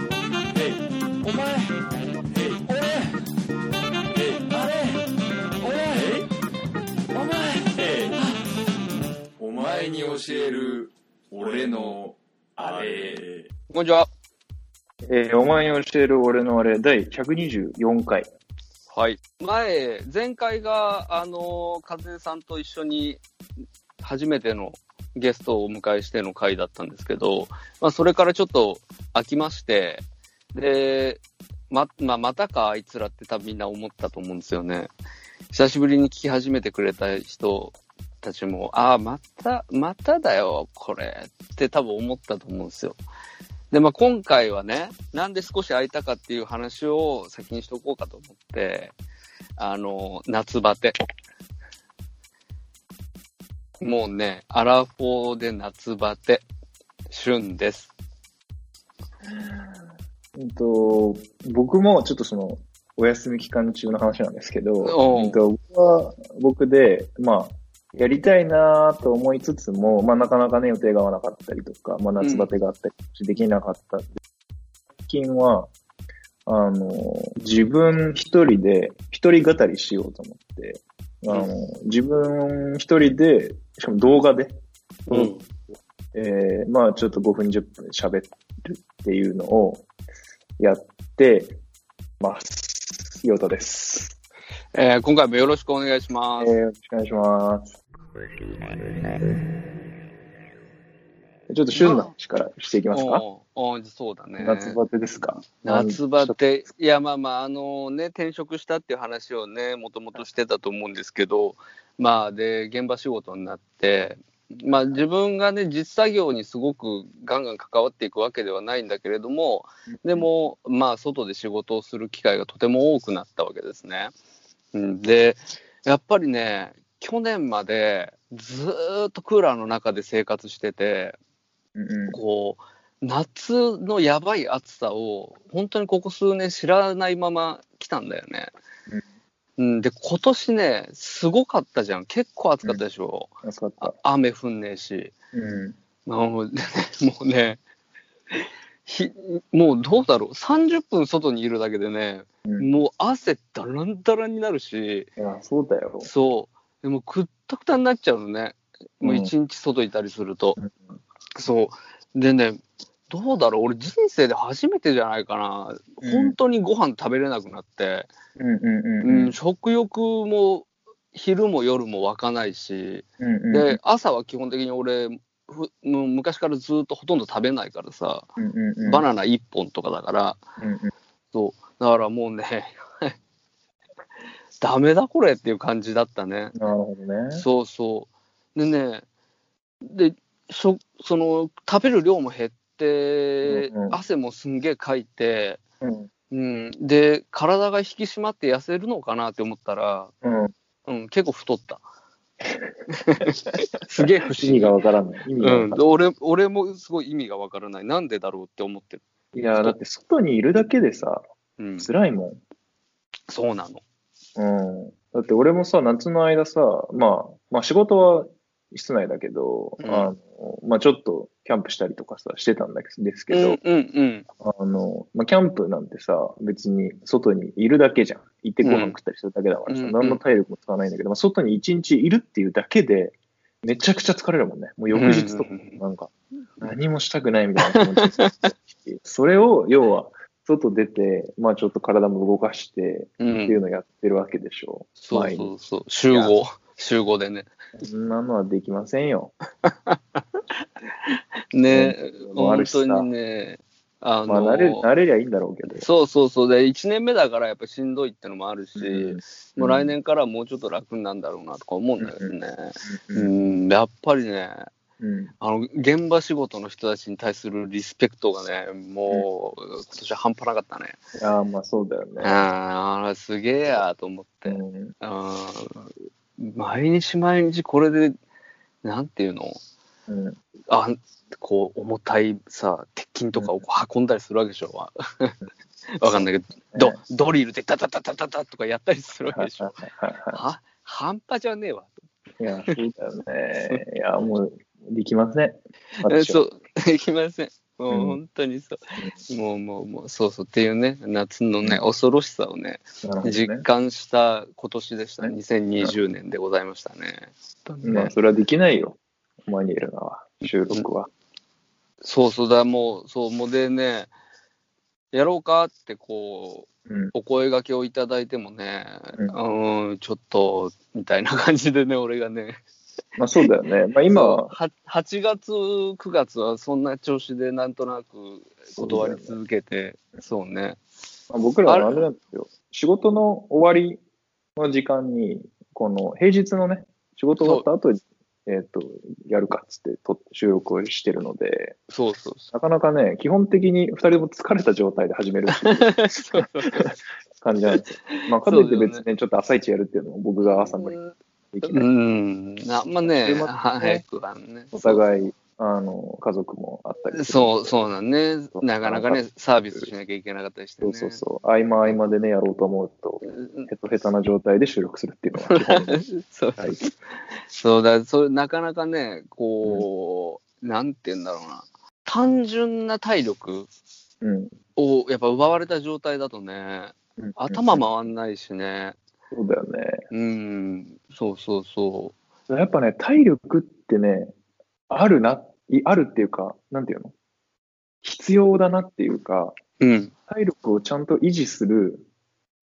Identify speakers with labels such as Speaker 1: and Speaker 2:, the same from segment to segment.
Speaker 1: お前俺あれ俺お前
Speaker 2: お前に教える俺のあれ
Speaker 1: こんにちは
Speaker 3: えーお前に教える俺のあれ、第124回。
Speaker 1: はい前前回があの風さんと一緒に初めてのゲストをお迎えしての回だったんですけど、まあ、それからちょっと飽きましてでま,、まあ、またかあいつらって多分みんな思ったと思うんですよね久しぶりに聞き始めてくれた人たちもああまたまただよこれって多分思ったと思うんですよで、まあ、今回はね、なんで少し空いたかっていう話を先にしとこうかと思って、あの、夏バテ。もうね、アラフォーで夏バテ、旬です。
Speaker 3: うんと、僕もちょっとその、お休み期間中の話なんですけど、
Speaker 1: おう
Speaker 3: うんと僕は僕で、まあ、やりたいなと思いつつも、まあなかなかね予定が合わなかったりとか、まあ夏バテがあったりできなかったんで、最近は、あの、自分一人で、一人語りしようと思って、あの、自分一人で、しかも動画で、
Speaker 1: うん。
Speaker 3: えーまあちょっと5分10分喋るっていうのをやってます。ヨタです。
Speaker 1: えー今回もよろしくお願いし
Speaker 3: え
Speaker 1: ま
Speaker 3: ー
Speaker 1: す。
Speaker 3: よろしくお願いします。ちょっと旬の話からしていきますか。
Speaker 1: おうおうそうだね。
Speaker 3: 夏バテですか
Speaker 1: 夏バテ、いや、まあまあ、あのね、転職したっていう話をね、もともとしてたと思うんですけど、まあ、で、現場仕事になって、まあ、自分がね、実作業にすごくガンガン関わっていくわけではないんだけれども、でも、まあ、外で仕事をする機会がとても多くなったわけですね。うんで、やっぱりね、去年までずーっとクーラーの中で生活してて、
Speaker 3: うんうん
Speaker 1: こう夏のやばい暑さを本当にここ数年知らないまま来たんだよね。うん、で今年ねすごかったじゃん結構暑かったでしょ、
Speaker 3: 暑かっ
Speaker 1: あ
Speaker 3: た。
Speaker 1: 雨降んねえし
Speaker 3: うん。
Speaker 1: あもう もうねひもうどうだろう30分外にいるだけでね、
Speaker 3: うん
Speaker 1: もう汗だらんだらんになるし
Speaker 3: いや、そうだよ。
Speaker 1: そうでもくったくたになっちゃうのねもう
Speaker 3: うん
Speaker 1: 一日外いたりすると、
Speaker 3: うん
Speaker 1: そう。でね、どうだろう、俺人生で初めてじゃないかな。
Speaker 3: うん
Speaker 1: 本当にご飯食べれなくなって、
Speaker 3: うんうん
Speaker 1: う
Speaker 3: うん
Speaker 1: ん、食欲も昼も夜も湧かないし、
Speaker 3: うんうん。
Speaker 1: で、朝は基本的に俺、ふもう昔からずっとほとんど食べないからさ、
Speaker 3: うんうんうん、
Speaker 1: バナナ1本とかだから、
Speaker 3: うんうん
Speaker 1: そう。だからもうね、 ダメだこれっていう感じだったね。
Speaker 3: なるほどね。
Speaker 1: そうそう。でね、で、しょその食べる量も減って、
Speaker 3: うんうん
Speaker 1: 汗もすんげえかいて、
Speaker 3: うん。
Speaker 1: うん、で、体が引き締まって痩せるのかなって思ったら、
Speaker 3: うん。
Speaker 1: うん、結構太 った。すげえ不思
Speaker 3: 意
Speaker 1: 議
Speaker 3: 味がわからない。意味が
Speaker 1: う
Speaker 3: わ
Speaker 1: ん、で
Speaker 3: からない。
Speaker 1: 俺俺もすごい意味がわからない。なんでだろうって思ってる。
Speaker 3: いや、だって外にいるだけでさ、
Speaker 1: うん、
Speaker 3: 辛いもん。
Speaker 1: そうなの。
Speaker 3: うん。だって俺もさ、夏の間さ、まあ、まあ仕事は室内だけど、
Speaker 1: うん
Speaker 3: あの、まあちょっとキャンプしたりとかさ、してたんだけどです
Speaker 1: う
Speaker 3: け
Speaker 1: ん
Speaker 3: ど、
Speaker 1: うんうん。
Speaker 3: あの、まあキャンプなんてさ、別に外にいるだけじゃん。行ってご飯食ったりするだけだからさ、
Speaker 1: うん
Speaker 3: 何の体力も使わないんだけど、まあ外に一日いるっていうだけで、めちゃくちゃ疲れるもんね。もう翌日とか
Speaker 1: うん
Speaker 3: なんか、何もしたくないみたいな気持ちになってそれを、要は、外出て、まあちょっと体も動かして、
Speaker 1: う
Speaker 3: ってい
Speaker 1: ん、
Speaker 3: うのやってるわけでしょ。
Speaker 1: そうそうそう。集合。集合でね。
Speaker 3: 前にそんなのはできませんよ。
Speaker 1: ね、
Speaker 3: もあ
Speaker 1: 本
Speaker 3: るし
Speaker 1: 当
Speaker 3: さ
Speaker 1: にね、あの、
Speaker 3: まあ、慣れ、慣れりゃいいんだろうけど。
Speaker 1: そうそうそうで、1年目だからやっぱしんどいってのもあるし、
Speaker 3: うん
Speaker 1: もう来年からはもうちょっと楽になるんだろうなとか思うんだけどね、
Speaker 3: う
Speaker 1: うんん、やっぱりね、
Speaker 3: うん。
Speaker 1: あの現場仕事の人たちに対するリスペクトがね、もう今年は半端なかったね。
Speaker 3: いやー、まあそうだよ
Speaker 1: うん、
Speaker 3: ね。
Speaker 1: あーすげえやと思って、
Speaker 3: うん
Speaker 1: うん、毎日毎日これで、なんていうの、
Speaker 3: うん、
Speaker 1: あこう重たいさ鉄筋とかをこう運んだりするわけでしょ、 わかんないけど、ドドリルでタタタタタタとかやったりするわけ
Speaker 3: はい
Speaker 1: でしょ。
Speaker 3: はいはいは
Speaker 1: は半端じゃねえわ。
Speaker 3: い。いや、そうだよね。 いや、もう、できません。
Speaker 1: え
Speaker 3: 私は
Speaker 1: そう、 できません。もう
Speaker 3: うん
Speaker 1: 本当にそう。もうもうもう、そうそうっていうね、夏のね、恐ろしさをね、
Speaker 3: なるほどね
Speaker 1: 実感した今年でしたね。
Speaker 3: ね
Speaker 1: 2020年でございましたね。本当に
Speaker 3: ま
Speaker 1: ね
Speaker 3: あ、それはできないよ。マニエルナは、収録は。
Speaker 1: そうそうだ、もう、そう、もうでね、やろうかってこう、
Speaker 3: うん。
Speaker 1: お声掛けをいただいてもね、う、
Speaker 3: うん
Speaker 1: んちょっと、みたいな感じでね、俺がね。
Speaker 3: まあ、そうだよね。まあ、今
Speaker 1: そう
Speaker 3: は、
Speaker 1: は8月、9月はそんな調子でなんとなく断り続けて、そうね。
Speaker 3: まあ僕らはあれなんですよ。仕事の終わりの時間に、この平日のね、仕事終わった後に、えっ、と、やるかっつってと収録をしてるので、
Speaker 1: そうそうそ
Speaker 3: なかなかね、基本的に二人とも疲れた状態で始めるっていう
Speaker 1: う。 そうそう
Speaker 3: 感じなんですよ。 まあ、かといって別にね、ちょっと朝一やるっていうのも僕が朝無理でき
Speaker 1: う
Speaker 3: ない。
Speaker 1: ん、あんまね、
Speaker 3: 週末ね
Speaker 1: 早くはね。
Speaker 3: お互い、あの、家族もあったりする
Speaker 1: そう、そうなんね。なかなかね、サービスしなきゃいけなかったりして
Speaker 3: そ
Speaker 1: ね。
Speaker 3: うそうそう。合間合間でね、やろうと思うと、ヘトヘトな状態で収録するっていうのは基 本です。
Speaker 1: そう
Speaker 3: はい。
Speaker 1: そうだ、それなかなかね、こう、なんて言うんだろうな、単純な体力
Speaker 3: うん。
Speaker 1: をやっぱ奪われた状態だとね、
Speaker 3: うん
Speaker 1: 頭回んないしね、
Speaker 3: そうだよね。
Speaker 1: うん、そうそうそ
Speaker 3: やっぱね、体力ってね、あるな、いあるっていうか、なんていうの必要だなっていうか、
Speaker 1: う、うん、
Speaker 3: 体力をちゃんと維持する、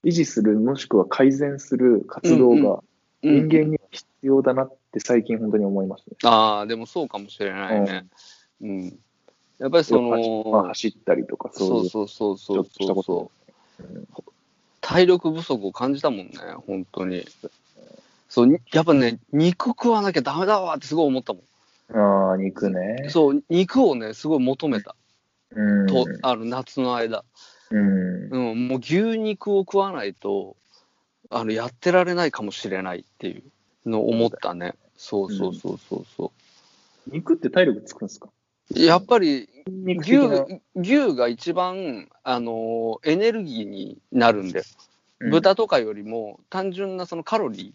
Speaker 3: 維持する、もしくは改善する活動が
Speaker 1: うん
Speaker 3: 人間には必要だなって最近本当に思いますね。
Speaker 1: ああ、でもそうかもしれないね、うん、やっぱりそ
Speaker 3: まあ
Speaker 1: の、
Speaker 3: 走ったりとか、
Speaker 1: そ
Speaker 3: そう
Speaker 1: う
Speaker 3: いう。
Speaker 1: そうそうそう
Speaker 3: ちょっとした
Speaker 1: そう
Speaker 3: こ
Speaker 1: 体力不足を感じたもんね、本当に。そうにやっぱね、肉食わなきゃダメだわってすごい思ったもん。
Speaker 3: ああ、肉ね。
Speaker 1: そう、肉をね、すごい求めた。
Speaker 3: うん。
Speaker 1: と、あの、夏の間。
Speaker 3: うん。
Speaker 1: うん、もう牛肉を食わないと、あの、やってられないかもしれないっていうのを思ったね。そうそうそうそうそ
Speaker 3: 肉って体力つくんですか
Speaker 1: う。やっぱり、
Speaker 3: 肉
Speaker 1: 牛、牛が一番、あのーエネルギーになるんです。豚とかよりも単純なそのカロリ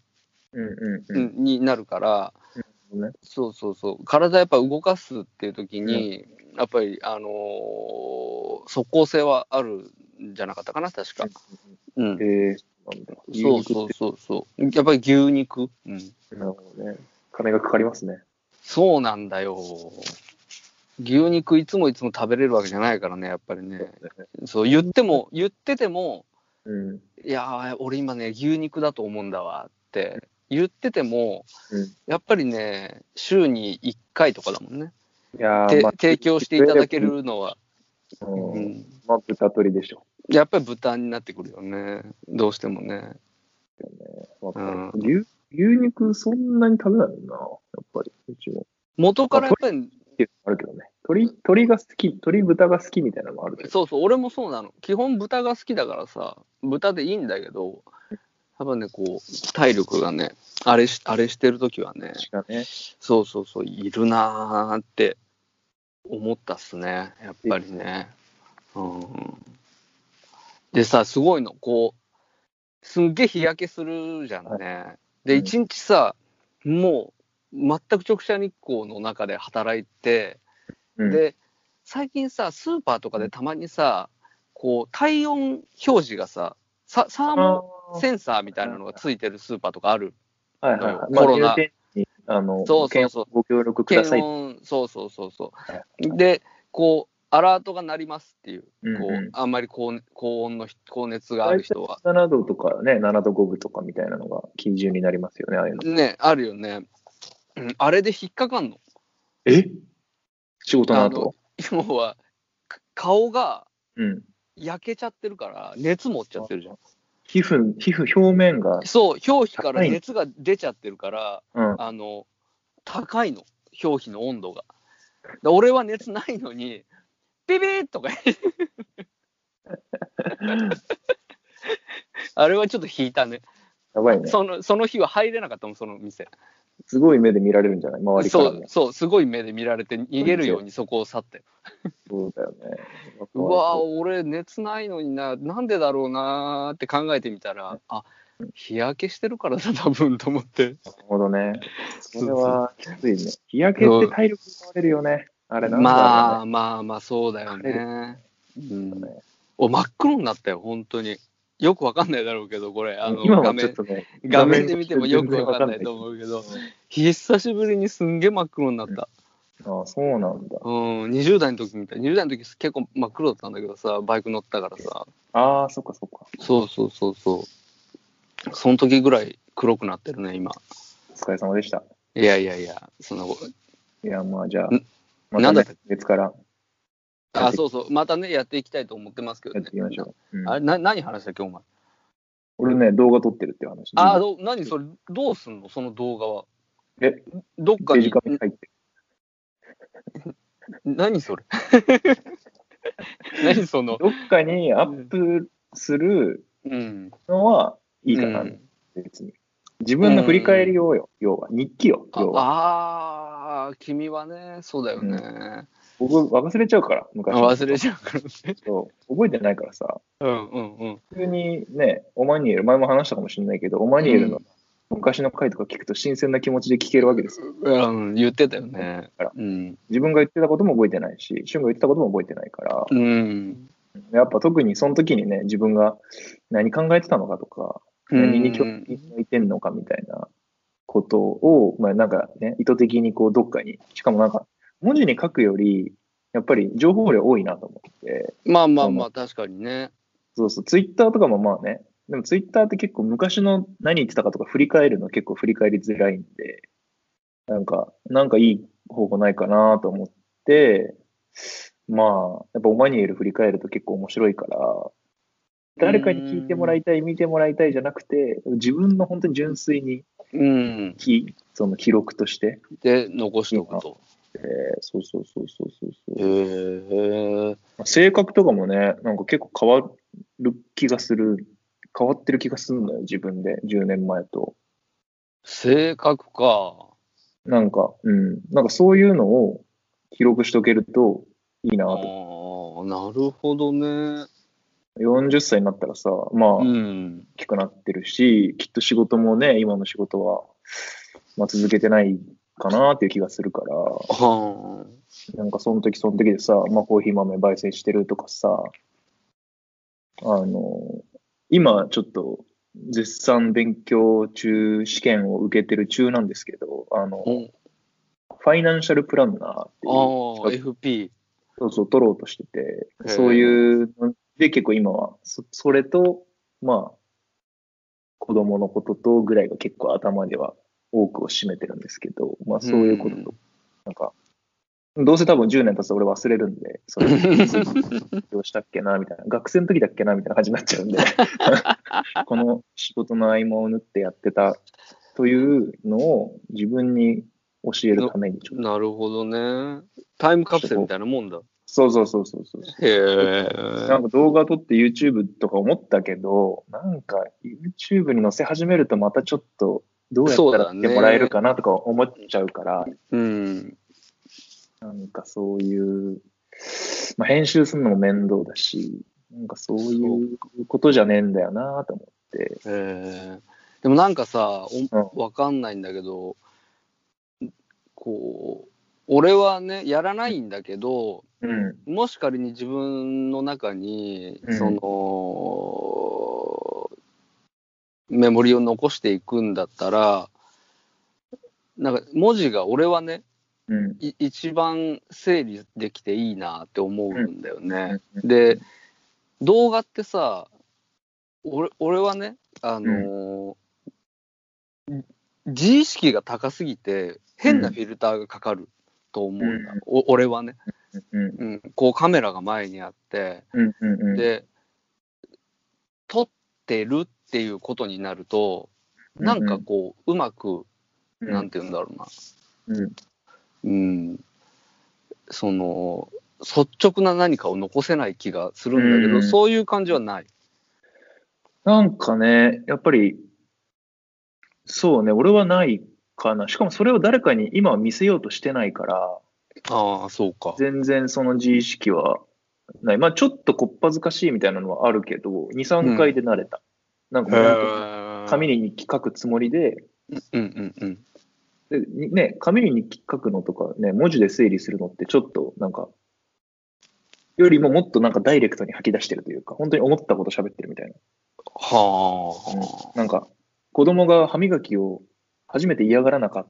Speaker 3: うんうん
Speaker 1: ー
Speaker 3: うん。
Speaker 1: になるから、
Speaker 3: うんうん
Speaker 1: そうそうそう。体やっぱ動かすっていう時に、やっぱり、あのー即効性はあるんじゃなかったかな、確か。うん。
Speaker 3: えー、そうなんだ。
Speaker 1: そうそうそうそう。やっぱり牛肉。うん。
Speaker 3: う。なるほどね。金がかかりますね。
Speaker 1: そうなんだよ。牛肉いつもいつも食べれるわけじゃないからね、やっぱりね。そう、言っても、言ってても、
Speaker 3: うん。うん。
Speaker 1: いやー、俺今ね、牛肉だと思うんだわって言ってても、やっぱりね、週に1回とかだもんね。
Speaker 3: いや
Speaker 1: て
Speaker 3: ー、まあ
Speaker 1: 提供していただけ。るのは、
Speaker 3: う。
Speaker 1: うんん。
Speaker 3: まあ、豚鶏でしょ。
Speaker 1: やっぱり豚になってくるよね。どうしてもね。
Speaker 3: わかる
Speaker 1: うん
Speaker 3: 牛牛肉そんなに食べないもんな。やっぱり。うちも。
Speaker 1: 元からやっぱり、
Speaker 3: っていうのもあるけどね。鳥、鳥が好き、鳥豚が好きみたいなのもあるけど。
Speaker 1: そうそう、俺もそうなの。基本豚が好きだからさ、豚でいいんだけど、やっぱね、こう、体力がね、あれしあれしてるときはね、
Speaker 3: 確かね。
Speaker 1: そうそうそう、いるなーって思ったっすね、やっぱりね。うん。でさ、すごいの、こう、すんげえ日焼けするじゃんね。で、
Speaker 3: うん
Speaker 1: 一日さ、もう、全く直射日光の中で働いて、
Speaker 3: うん、
Speaker 1: で最近さスーパーとかでたまにさこう体温表示がさササー
Speaker 3: あ
Speaker 1: モ
Speaker 3: ー
Speaker 1: センサーみたいなのがついてるスーパーとかある
Speaker 3: はいはいはい。
Speaker 1: コロナ
Speaker 3: まあ、入店に、あの、
Speaker 1: そうそうそう
Speaker 3: ご協力ください
Speaker 1: 検。温そうそうそうそ
Speaker 3: は
Speaker 1: うでこうアラートが鳴りますっていう
Speaker 3: うん
Speaker 1: こう、
Speaker 3: うん
Speaker 1: あんまり高高温の人高熱がある人は
Speaker 3: 7度とかね、7度5分とかみたいなのが基準になりますよね、ああいうの。
Speaker 1: ねあるよねうんあれで引っかかんの
Speaker 3: え仕事の後
Speaker 1: 要はか顔が
Speaker 3: うん。
Speaker 1: 焼けちゃってるから熱持っちゃってるじゃん
Speaker 3: 皮膚、皮膚表面が、
Speaker 1: そう表皮から
Speaker 3: 高いね
Speaker 1: 熱が出ちゃってるから
Speaker 3: うん。
Speaker 1: あの、高いの、表皮の温度が。で俺は熱ないのに、ビビーとか、 あれはちょっと引いたね。
Speaker 3: やばいね。
Speaker 1: その、その日は入れなかったもん、その店。
Speaker 3: すごい目で見られるんじゃない周りか
Speaker 1: そ
Speaker 3: ら
Speaker 1: う
Speaker 3: ね、。
Speaker 1: そう、すごい目で見られて逃げるようにそこを去って。
Speaker 3: そうだよね。
Speaker 1: うわー、俺熱ないのにな、なんでだろうなーって考えてみたら、あ、日焼けしてるからだ、 多分と思って。
Speaker 3: なるほどね。それはきついね。日焼け
Speaker 1: そ
Speaker 3: っ
Speaker 1: う
Speaker 3: て体力奪われるよね。あれなんだ
Speaker 1: ま
Speaker 3: ろ
Speaker 1: あまあまあ、そうだよね。う
Speaker 3: うね
Speaker 1: ん、お真っ黒になったよ、本当に。よくわかんないだろうけど、これ、あの
Speaker 3: 今
Speaker 1: 画
Speaker 3: はちょっ
Speaker 1: 面
Speaker 3: とね、
Speaker 1: 画面で見てもよくわかんない
Speaker 3: 全然
Speaker 1: と
Speaker 3: わ
Speaker 1: 思うけど、久しぶりにすんげえ真っ黒になった。
Speaker 3: かんないああ、そうなんだ。
Speaker 1: うん、20代の時みたい。20代の時結構真っ黒だったんだけどさ、バイク乗ったからさ。
Speaker 3: ああ、そっかそっか。
Speaker 1: そうそうそうそう。その時ぐらい黒くなってるね、今。
Speaker 3: お疲れ様でした。
Speaker 1: いやいやいや、そんなこと。
Speaker 3: いや、まあじゃあ
Speaker 1: ん、
Speaker 3: ま
Speaker 1: な
Speaker 3: た
Speaker 1: んだ
Speaker 3: ね別から
Speaker 1: あ、そうそう。またね、やっていきたいと思ってますけど
Speaker 3: やっ
Speaker 1: ね
Speaker 3: てい。きましょう。うん
Speaker 1: あれ、な、何話したっけ、お前。
Speaker 3: 俺ね、動画撮ってるっていう話。
Speaker 1: あ、ど何それ、どうすんのその動画は。
Speaker 3: え、
Speaker 1: どっか
Speaker 3: ペー
Speaker 1: に
Speaker 3: ジ、紙に入って
Speaker 1: ん何それ。 何その
Speaker 3: る。、どっかにアップする
Speaker 1: うん。
Speaker 3: のはいいか
Speaker 1: う
Speaker 3: な、
Speaker 1: ん
Speaker 3: 別に。自分の振り返りをよ、要は。日記を、要は。
Speaker 1: ああー、君はね、そうだよね。
Speaker 3: 僕、忘れちゃうから、昔。
Speaker 1: 忘れちゃうからね。
Speaker 3: そう覚えてないからさ、
Speaker 1: うんうんうん。
Speaker 3: 普通にね、オマニエル、前も話したかもしれないけど、オマニエルの昔の回とか聞くと新鮮な気持ちで聞けるわけですよ。
Speaker 1: うん、言ってたよね
Speaker 3: あら。
Speaker 1: うん。
Speaker 3: 自分が言ってたことも覚えてないし、シュンが言ってたことも覚えてないから、
Speaker 1: うん。
Speaker 3: やっぱ特にその時にね、自分が何考えてたのかとか、何に興味をいてんのかみたいなことを、まあなんかね、意図的にこうどっかに、しかもなんか文字に書くより、やっぱり情報量多いなと思って、
Speaker 1: まあまあまあ、確かにね。
Speaker 3: そうそう、ツイッターとかもまあね、でもツイッターって結構昔の何言ってたかとか振り返るの結構振り返りづらいんで、なんか、なんかいい方法ないかなと思って、まあ、やっぱオマニエル振り返ると結構面白いから、誰かに聞いてもらいたい、見てもらいたいじゃなくて、自分の本当に純粋に
Speaker 1: うん。
Speaker 3: きその記録として、
Speaker 1: で、残しとくと。
Speaker 3: えーそうそうそうそうそう
Speaker 1: へ
Speaker 3: そ
Speaker 1: え。
Speaker 3: う、まあ性格とかもね、なんか結構変わる気がする、変わってる気がするんだよ、自分で、10年前と。
Speaker 1: 性格か。
Speaker 3: なんか、うん、なんかそういうのを記録しとけるといいな
Speaker 1: ああ
Speaker 3: と。
Speaker 1: ー、なるほどね。
Speaker 3: 40歳になったらさ、まあ、
Speaker 1: う
Speaker 3: 大
Speaker 1: ん。
Speaker 3: きくなってるし、きっと仕事もね、今の仕事は、まあ、続けてないかなっていう気がするから、
Speaker 1: は
Speaker 3: なんかその時その時でさ、まあ、コーヒー豆焙煎してるとかさ、あの、今ちょっと絶賛勉強中、試験を受けてる中なんですけど、あの
Speaker 1: あ。、お
Speaker 3: ファイナンシャルプランナーっていう
Speaker 1: ああ、
Speaker 3: 資格
Speaker 1: FP。
Speaker 3: そうそう、取ろうとしてて
Speaker 1: へ、ー
Speaker 3: そういうので結構今は、そそれと、まあ、子供のこととぐらいが結構頭では多くを占めてるんですけど、まあそういうこと
Speaker 1: うん
Speaker 3: と、なんか、どうせ多分10年経つと俺忘れるんで、それ、どうしたっけな、みたいな、学生の時だっけな、みたいな感じになっち ゃうんで、この仕事の合間を縫ってやってたというのを自分に教えるためにちょっと、
Speaker 1: なるほどね。タイムカプセルみたいなもんだ。
Speaker 3: そうそうそうそうそう。
Speaker 1: へえ。
Speaker 3: なんか動画撮って YouTube とか思ったけど、なんか YouTube に載せ始めるとまたちょっとどうやったらやってもらえるかなとか思っちゃうから、
Speaker 1: うん。
Speaker 3: なんかそういう、まあ、編集するのも面倒だし、なんかそういうことじゃねえんだよなと思って。
Speaker 1: へえ。でもなんかさ、
Speaker 3: うん
Speaker 1: おわかんないんだけど、こう、俺はね、やらないんだけど、
Speaker 3: うん。
Speaker 1: もし仮に自分の中に、
Speaker 3: うん
Speaker 1: そのメモリを残していくんだったらなんか文字が俺はね
Speaker 3: うん。
Speaker 1: い一番整理できていいなって思うんだよね。
Speaker 3: うん
Speaker 1: で動画ってさ俺俺はねあのー自意識が高すぎて変なフィルターがかかると思うんだ、
Speaker 3: うん
Speaker 1: お俺はね。
Speaker 3: うん。
Speaker 1: うん、こうカメラが前にあって、
Speaker 3: うん。うん。うん、
Speaker 1: で撮ってるっていうことになると
Speaker 3: うん
Speaker 1: なんかこううまく
Speaker 3: うん、
Speaker 1: なんて言うんだろうな、
Speaker 3: うん。
Speaker 1: うん、その率直な何かを残せない気がするんだけど、
Speaker 3: うん
Speaker 1: そういう感じはない。
Speaker 3: なんかね、やっぱり、そうね、俺はないかな。しかもそれを誰かに今は見せようとしてないから、
Speaker 1: ああ、そうか。
Speaker 3: 全然その自意識はない。まあちょっとこっぱずかしいみたいなのはあるけど、2、3回で慣れた。なんかもう本当に紙
Speaker 1: に。
Speaker 3: に日記書くつもりで、
Speaker 1: うんうんうん。
Speaker 3: でにね、紙に日記書くのとかね、文字で整理するのってちょっとなんか、よりももっとなんかダイレクトに吐き出してるというか、本当に思ったこと喋ってるみたいな。
Speaker 1: は
Speaker 3: なんか、子供が歯磨きを初めて嫌がらなかっ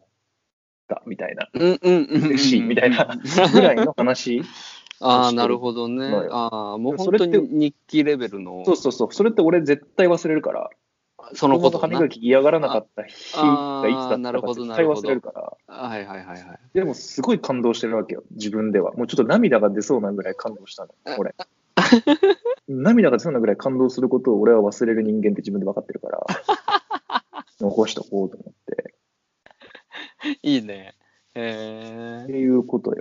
Speaker 3: たみたいな、
Speaker 1: あ。うんうんうん。
Speaker 3: 嬉しいみたいな。ぐらいの話。
Speaker 1: ああ、なるほどね
Speaker 3: はい。
Speaker 1: ああ、もう
Speaker 3: そ
Speaker 1: 本
Speaker 3: れっ
Speaker 1: 当
Speaker 3: て
Speaker 1: に日記レベルの
Speaker 3: そうそうそう。それって俺絶対忘れるから、
Speaker 1: そのこと
Speaker 3: 子
Speaker 1: だ
Speaker 3: 供が
Speaker 1: な
Speaker 3: 歯磨き嫌がらなかった日がいつだ
Speaker 1: あーな
Speaker 3: った
Speaker 1: る
Speaker 3: か
Speaker 1: ほど
Speaker 3: 絶
Speaker 1: な
Speaker 3: 対
Speaker 1: るほど
Speaker 3: 忘れるから。
Speaker 1: はいはいはいはい。
Speaker 3: でもすごい感動してるわけよ、自分では。もうちょっと涙が出そうなぐらい感動したの、俺。涙が出そうなぐらい感動することを俺は忘れる人間って自分で分かってるから、残しとこうと思って。
Speaker 1: いいね。へえ。
Speaker 3: っていうことよ。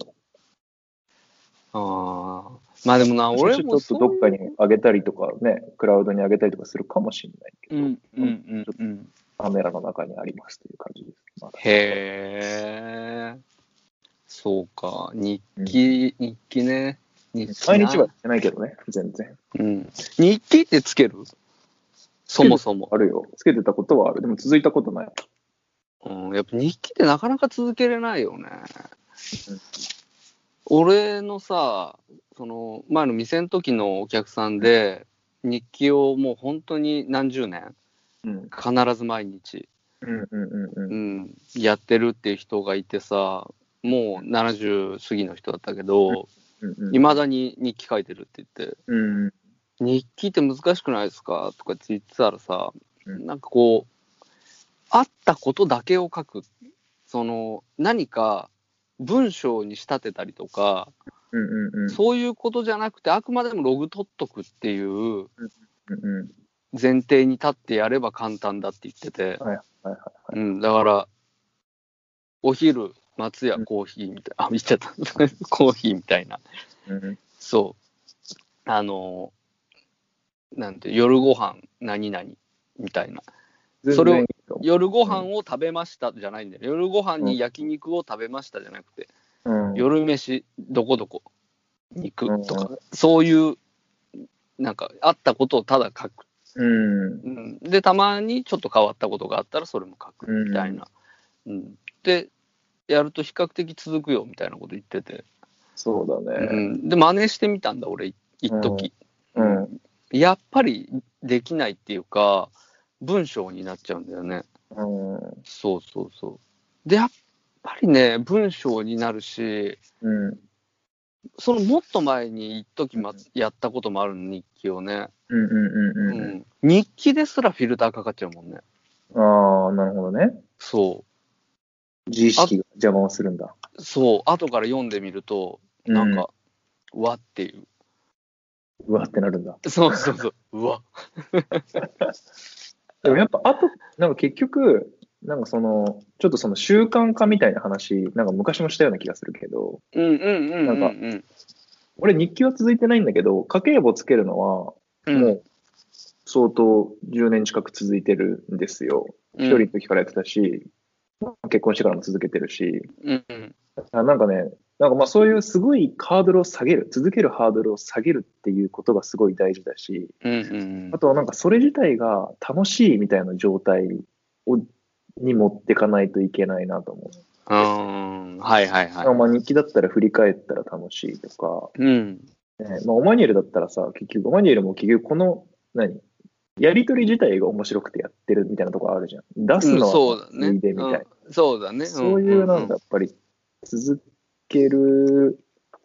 Speaker 1: ああ。まあでもな、
Speaker 3: それ
Speaker 1: 俺
Speaker 3: ちょ
Speaker 1: も
Speaker 3: っと
Speaker 1: そう
Speaker 3: ど
Speaker 1: い
Speaker 3: っ
Speaker 1: う
Speaker 3: かにあげたりとかね、クラウドにあげたりとかするかもしれないけ
Speaker 1: う
Speaker 3: ど、
Speaker 1: んうんうんうん。
Speaker 3: カメラの中にありますという感じです。まだ
Speaker 1: へえ。そうか。日記、日記ね。日記な
Speaker 3: 毎日はやってないけどね、全然。
Speaker 1: うん。日記ってつけるそもそも、
Speaker 3: あるよ。つけてたことはある。でも続いたことない。
Speaker 1: うん。やっぱ日記ってなかなか続けれないよね。俺のさ、その前の店の時のお客さんで、日記をもう本当に何十年、
Speaker 3: うん。
Speaker 1: 必ず毎日、
Speaker 3: うんうんうん
Speaker 1: う
Speaker 3: うん。
Speaker 1: ん、やってるっていう人がいてさ、もう70過ぎの人だったけど、
Speaker 3: うんうん
Speaker 1: いまだに日記書いてるって言って、
Speaker 3: うんうん。
Speaker 1: 日記って難しくないですかとかって言ってたらさ、
Speaker 3: うん
Speaker 1: なんかこう、あったことだけを書く。その、何か文章に仕立てたりとか、
Speaker 3: うんうんうん。
Speaker 1: そういうことじゃなくて、あくまでもログ取っとくっていう
Speaker 3: うんうん。
Speaker 1: 前提に立ってやれば簡単だって言ってて、
Speaker 3: はいはいはい
Speaker 1: うん、だから、お昼、松屋コーヒーみたいな、あ、見ちゃった、 コーヒーみたいな。
Speaker 3: うん
Speaker 1: そう。あの、なんて、夜ご飯何々みたいな。
Speaker 3: 全
Speaker 1: それを
Speaker 3: 然いいと思
Speaker 1: 夜ご飯を食べましたじゃないんだよ。夜ご飯に焼肉を食べましたじゃなくて、
Speaker 3: ううん
Speaker 1: 夜飯どこどこ肉とか、
Speaker 3: う
Speaker 1: そういう、なんか、あったことをただ書く。
Speaker 3: うん。
Speaker 1: うん、で、たまにちょっと変わったことがあったらそれも書くみたいな。うんで、やると比較的続くよみたいなこと言ってて。
Speaker 3: そうだ
Speaker 1: う
Speaker 3: ね。
Speaker 1: ん、で、真似してみたんだ、俺、一時、
Speaker 3: うん。
Speaker 1: やっぱりできないっていうか、文章になっちゃうんだよね。
Speaker 3: うん。
Speaker 1: そうそうそう。で、やっぱりね、文章になるし、
Speaker 3: うん。
Speaker 1: そのもっと前に一時ま
Speaker 3: うん
Speaker 1: やったこともあるの日記をね、
Speaker 3: うんうん
Speaker 1: う
Speaker 3: うんん
Speaker 1: 日記ですらフィルターかかっちゃうもんね。
Speaker 3: うん。ああ、なるほどね。
Speaker 1: そ
Speaker 3: 自意識が邪魔をするんだ。
Speaker 1: う。そう。後から読んでみると、なんか、うわっていう。
Speaker 3: うん。うわってなるんだ。
Speaker 1: そうそう そう。うわ。
Speaker 3: でもやっぱ、あと、なんか結局、なんかその、ちょっとその習慣化みたいな話、なんか昔もしたような気がするけど、
Speaker 1: うんうんうんうん、うん。
Speaker 3: な俺日記は続いてないんだけど、家計簿つけるのは、もう相当10年近く続いてるんですよ。
Speaker 1: うん、
Speaker 3: 一人の時からやってたし、結婚してからも続けてるし、
Speaker 1: うんうん。
Speaker 3: あなんかね、なんかまあそういうすごいハードルを下げる、続けるハードルを下げるっていうことがすごい大事だし、
Speaker 1: うんうん
Speaker 3: あとはなんかそれ自体が楽しいみたいな状態をに持ってかないといけないなと思う。
Speaker 1: うん。うん。はいはいはい。
Speaker 3: まあ日記だったら振り返ったら楽しいとか、
Speaker 1: うん。
Speaker 3: ねまあ、オマニエルだったらさ、結局、オマニエルも結局、この、何やりとり自体が面白くてやってるみたいなとこあるじゃん。出す
Speaker 1: うん
Speaker 3: の
Speaker 1: そう
Speaker 3: は
Speaker 1: だね。
Speaker 3: いいでみたいな。
Speaker 1: うんそうだね。
Speaker 3: そういう、なんか
Speaker 1: だ。
Speaker 3: やっぱり、続ける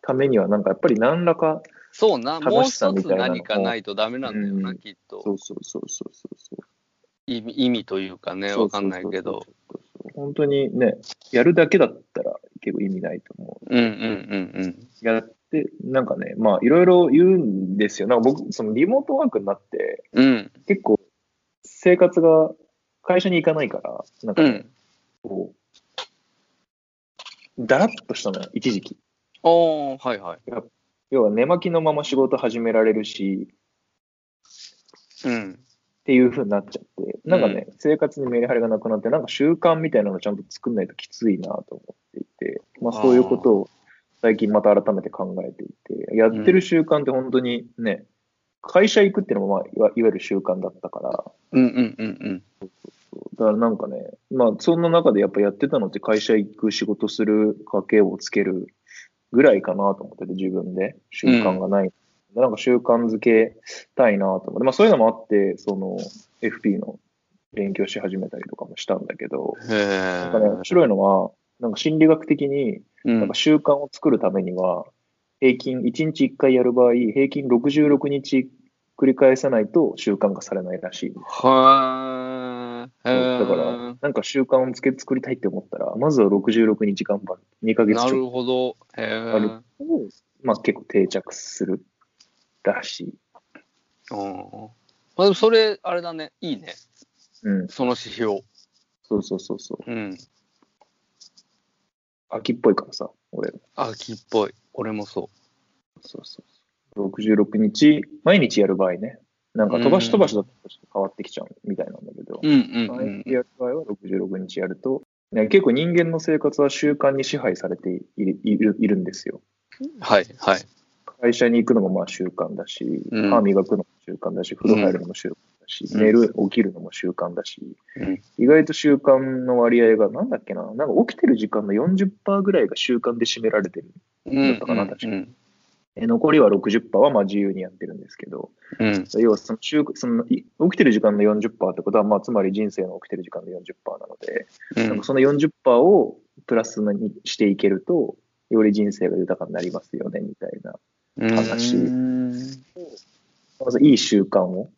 Speaker 3: ためには、なんかやっぱり何らか、
Speaker 1: そうな。もう
Speaker 3: 楽しさ
Speaker 1: 一
Speaker 3: み
Speaker 1: つ
Speaker 3: たいなのも
Speaker 1: 何かないとダメなんだよな、
Speaker 3: うん
Speaker 1: きっと。
Speaker 3: そうそうそうそうそうそう。
Speaker 1: 意味意味というかね、わかんないけど。
Speaker 3: そうそうそうそう。本当にね、やるだけだったら結構意味ないと思う。
Speaker 1: うんうんうんうん。
Speaker 3: やって、なんかね、まあいろいろ言うんですよ。なんか僕、そのリモートワークになって、
Speaker 1: うん。
Speaker 3: 結構生活が会社に行かないから、なんか
Speaker 1: う
Speaker 3: ね、
Speaker 1: ん。
Speaker 3: こう、だらっとしたのよ、一時期。
Speaker 1: おー、はいはい。
Speaker 3: 要は寝巻きのまま仕事始められるし、
Speaker 1: うん。
Speaker 3: っていう風になっちゃって、なんかね、生活にメリハリがなくなって、なんか習慣みたいなのをちゃんと作んないときついなと思っていて、まあそういうことを最近また改めて考えていて、やってる習慣って本当にね、会社行くっていうのも、まあ、いわいわゆる習慣だったから、
Speaker 1: うんうんうんうん。
Speaker 3: だからなんかね、まあ、そんな中でやっぱやってたのって会社行く、仕事する、家計をつけるぐらいかなと思ってて、自分で習慣がない。なんか習慣づけたいなと思って、まあそういうのもあって、その FP の勉強し始めたりとかもしたんだけど、
Speaker 1: へえ。
Speaker 3: なんかね、面白いのは、なんか心理学的に、
Speaker 1: うん
Speaker 3: なんか習慣を作るためには、平均、1日1回やる場合、平均66日繰り返さないと習慣化されないらしい。
Speaker 1: はーへー
Speaker 3: だから、なんか習慣をつけ作りたいって思ったら、まずは66日頑張る。2ヶ月
Speaker 1: な
Speaker 3: ちょっ
Speaker 1: るほど。へえ。
Speaker 3: あるとを、まあ結構定着するらしい。
Speaker 1: うん。まあ、でもそれ、あれだね。いいね。
Speaker 3: うん。
Speaker 1: その指標。
Speaker 3: そうそうそうそう。
Speaker 1: うん。
Speaker 3: 秋っぽいからさ、俺。
Speaker 1: 秋っぽい。俺もそ
Speaker 3: そうそうそう。66日、毎日やる場合ね。なんか飛ばし飛ばしだとちょっと変わってきちゃうみたいなんだけど
Speaker 1: う。、うんうん、う
Speaker 3: 毎
Speaker 1: ん
Speaker 3: 日。やる場合は66日やると、ね、結構人間の生活は習慣に支配されているいるいるんですよ。
Speaker 1: はい、はい。
Speaker 3: 会社に行くのもまあ習慣だし、
Speaker 1: うん
Speaker 3: 歯磨くのも習慣だし、風呂入るのも習慣だし、
Speaker 1: うん
Speaker 3: 寝る、起きるのも習慣だし、
Speaker 1: うん
Speaker 3: 意外と習慣の割合が、なんだっけな、なんか起きてる時間の40%ぐらいが習慣で占められてる。
Speaker 1: うん。
Speaker 3: だったかな確か
Speaker 1: うん。
Speaker 3: え残りは60%はまあ自由にやってるんですけど、
Speaker 1: うん。
Speaker 3: 要はその習そのい起きてる時間の40%ってことは、まあ、つまり人生の起きてる時間の40%なので、
Speaker 1: う
Speaker 3: なん
Speaker 1: ん
Speaker 3: か。その40%をプラスにしていけると、より人生が豊かになりますよね、みたいな。
Speaker 1: うん
Speaker 3: 話まずいい習慣を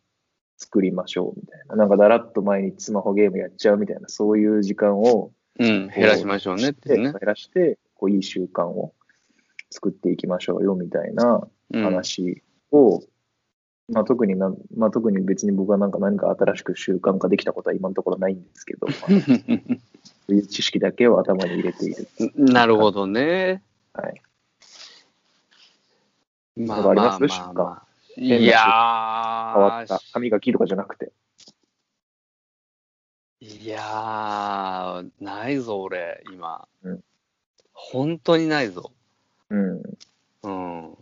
Speaker 3: 作りましょうみたいな。なんかだらっと毎日スマホゲームやっちゃうみたいな、そういう時間を
Speaker 1: うん。減らしましょうねってね
Speaker 3: 減。らして、こういい習慣を作っていきましょうよみたいな
Speaker 1: うん。
Speaker 3: 話を、まあ特になん、まあ特に別に僕はなんか何か新しく習慣化できたことは今のところないんですけ ど、まあそういう知識だけを頭に入れている。
Speaker 1: なるほどね。
Speaker 3: はい。
Speaker 1: ま
Speaker 3: なんかあります習慣
Speaker 1: い
Speaker 3: 変わ
Speaker 1: や
Speaker 3: った
Speaker 1: ー。
Speaker 3: 歯磨きとかじゃなくて。
Speaker 1: いやー、ないぞ、俺、今。
Speaker 3: うん
Speaker 1: 本当にないぞ。
Speaker 3: うん。
Speaker 1: うん。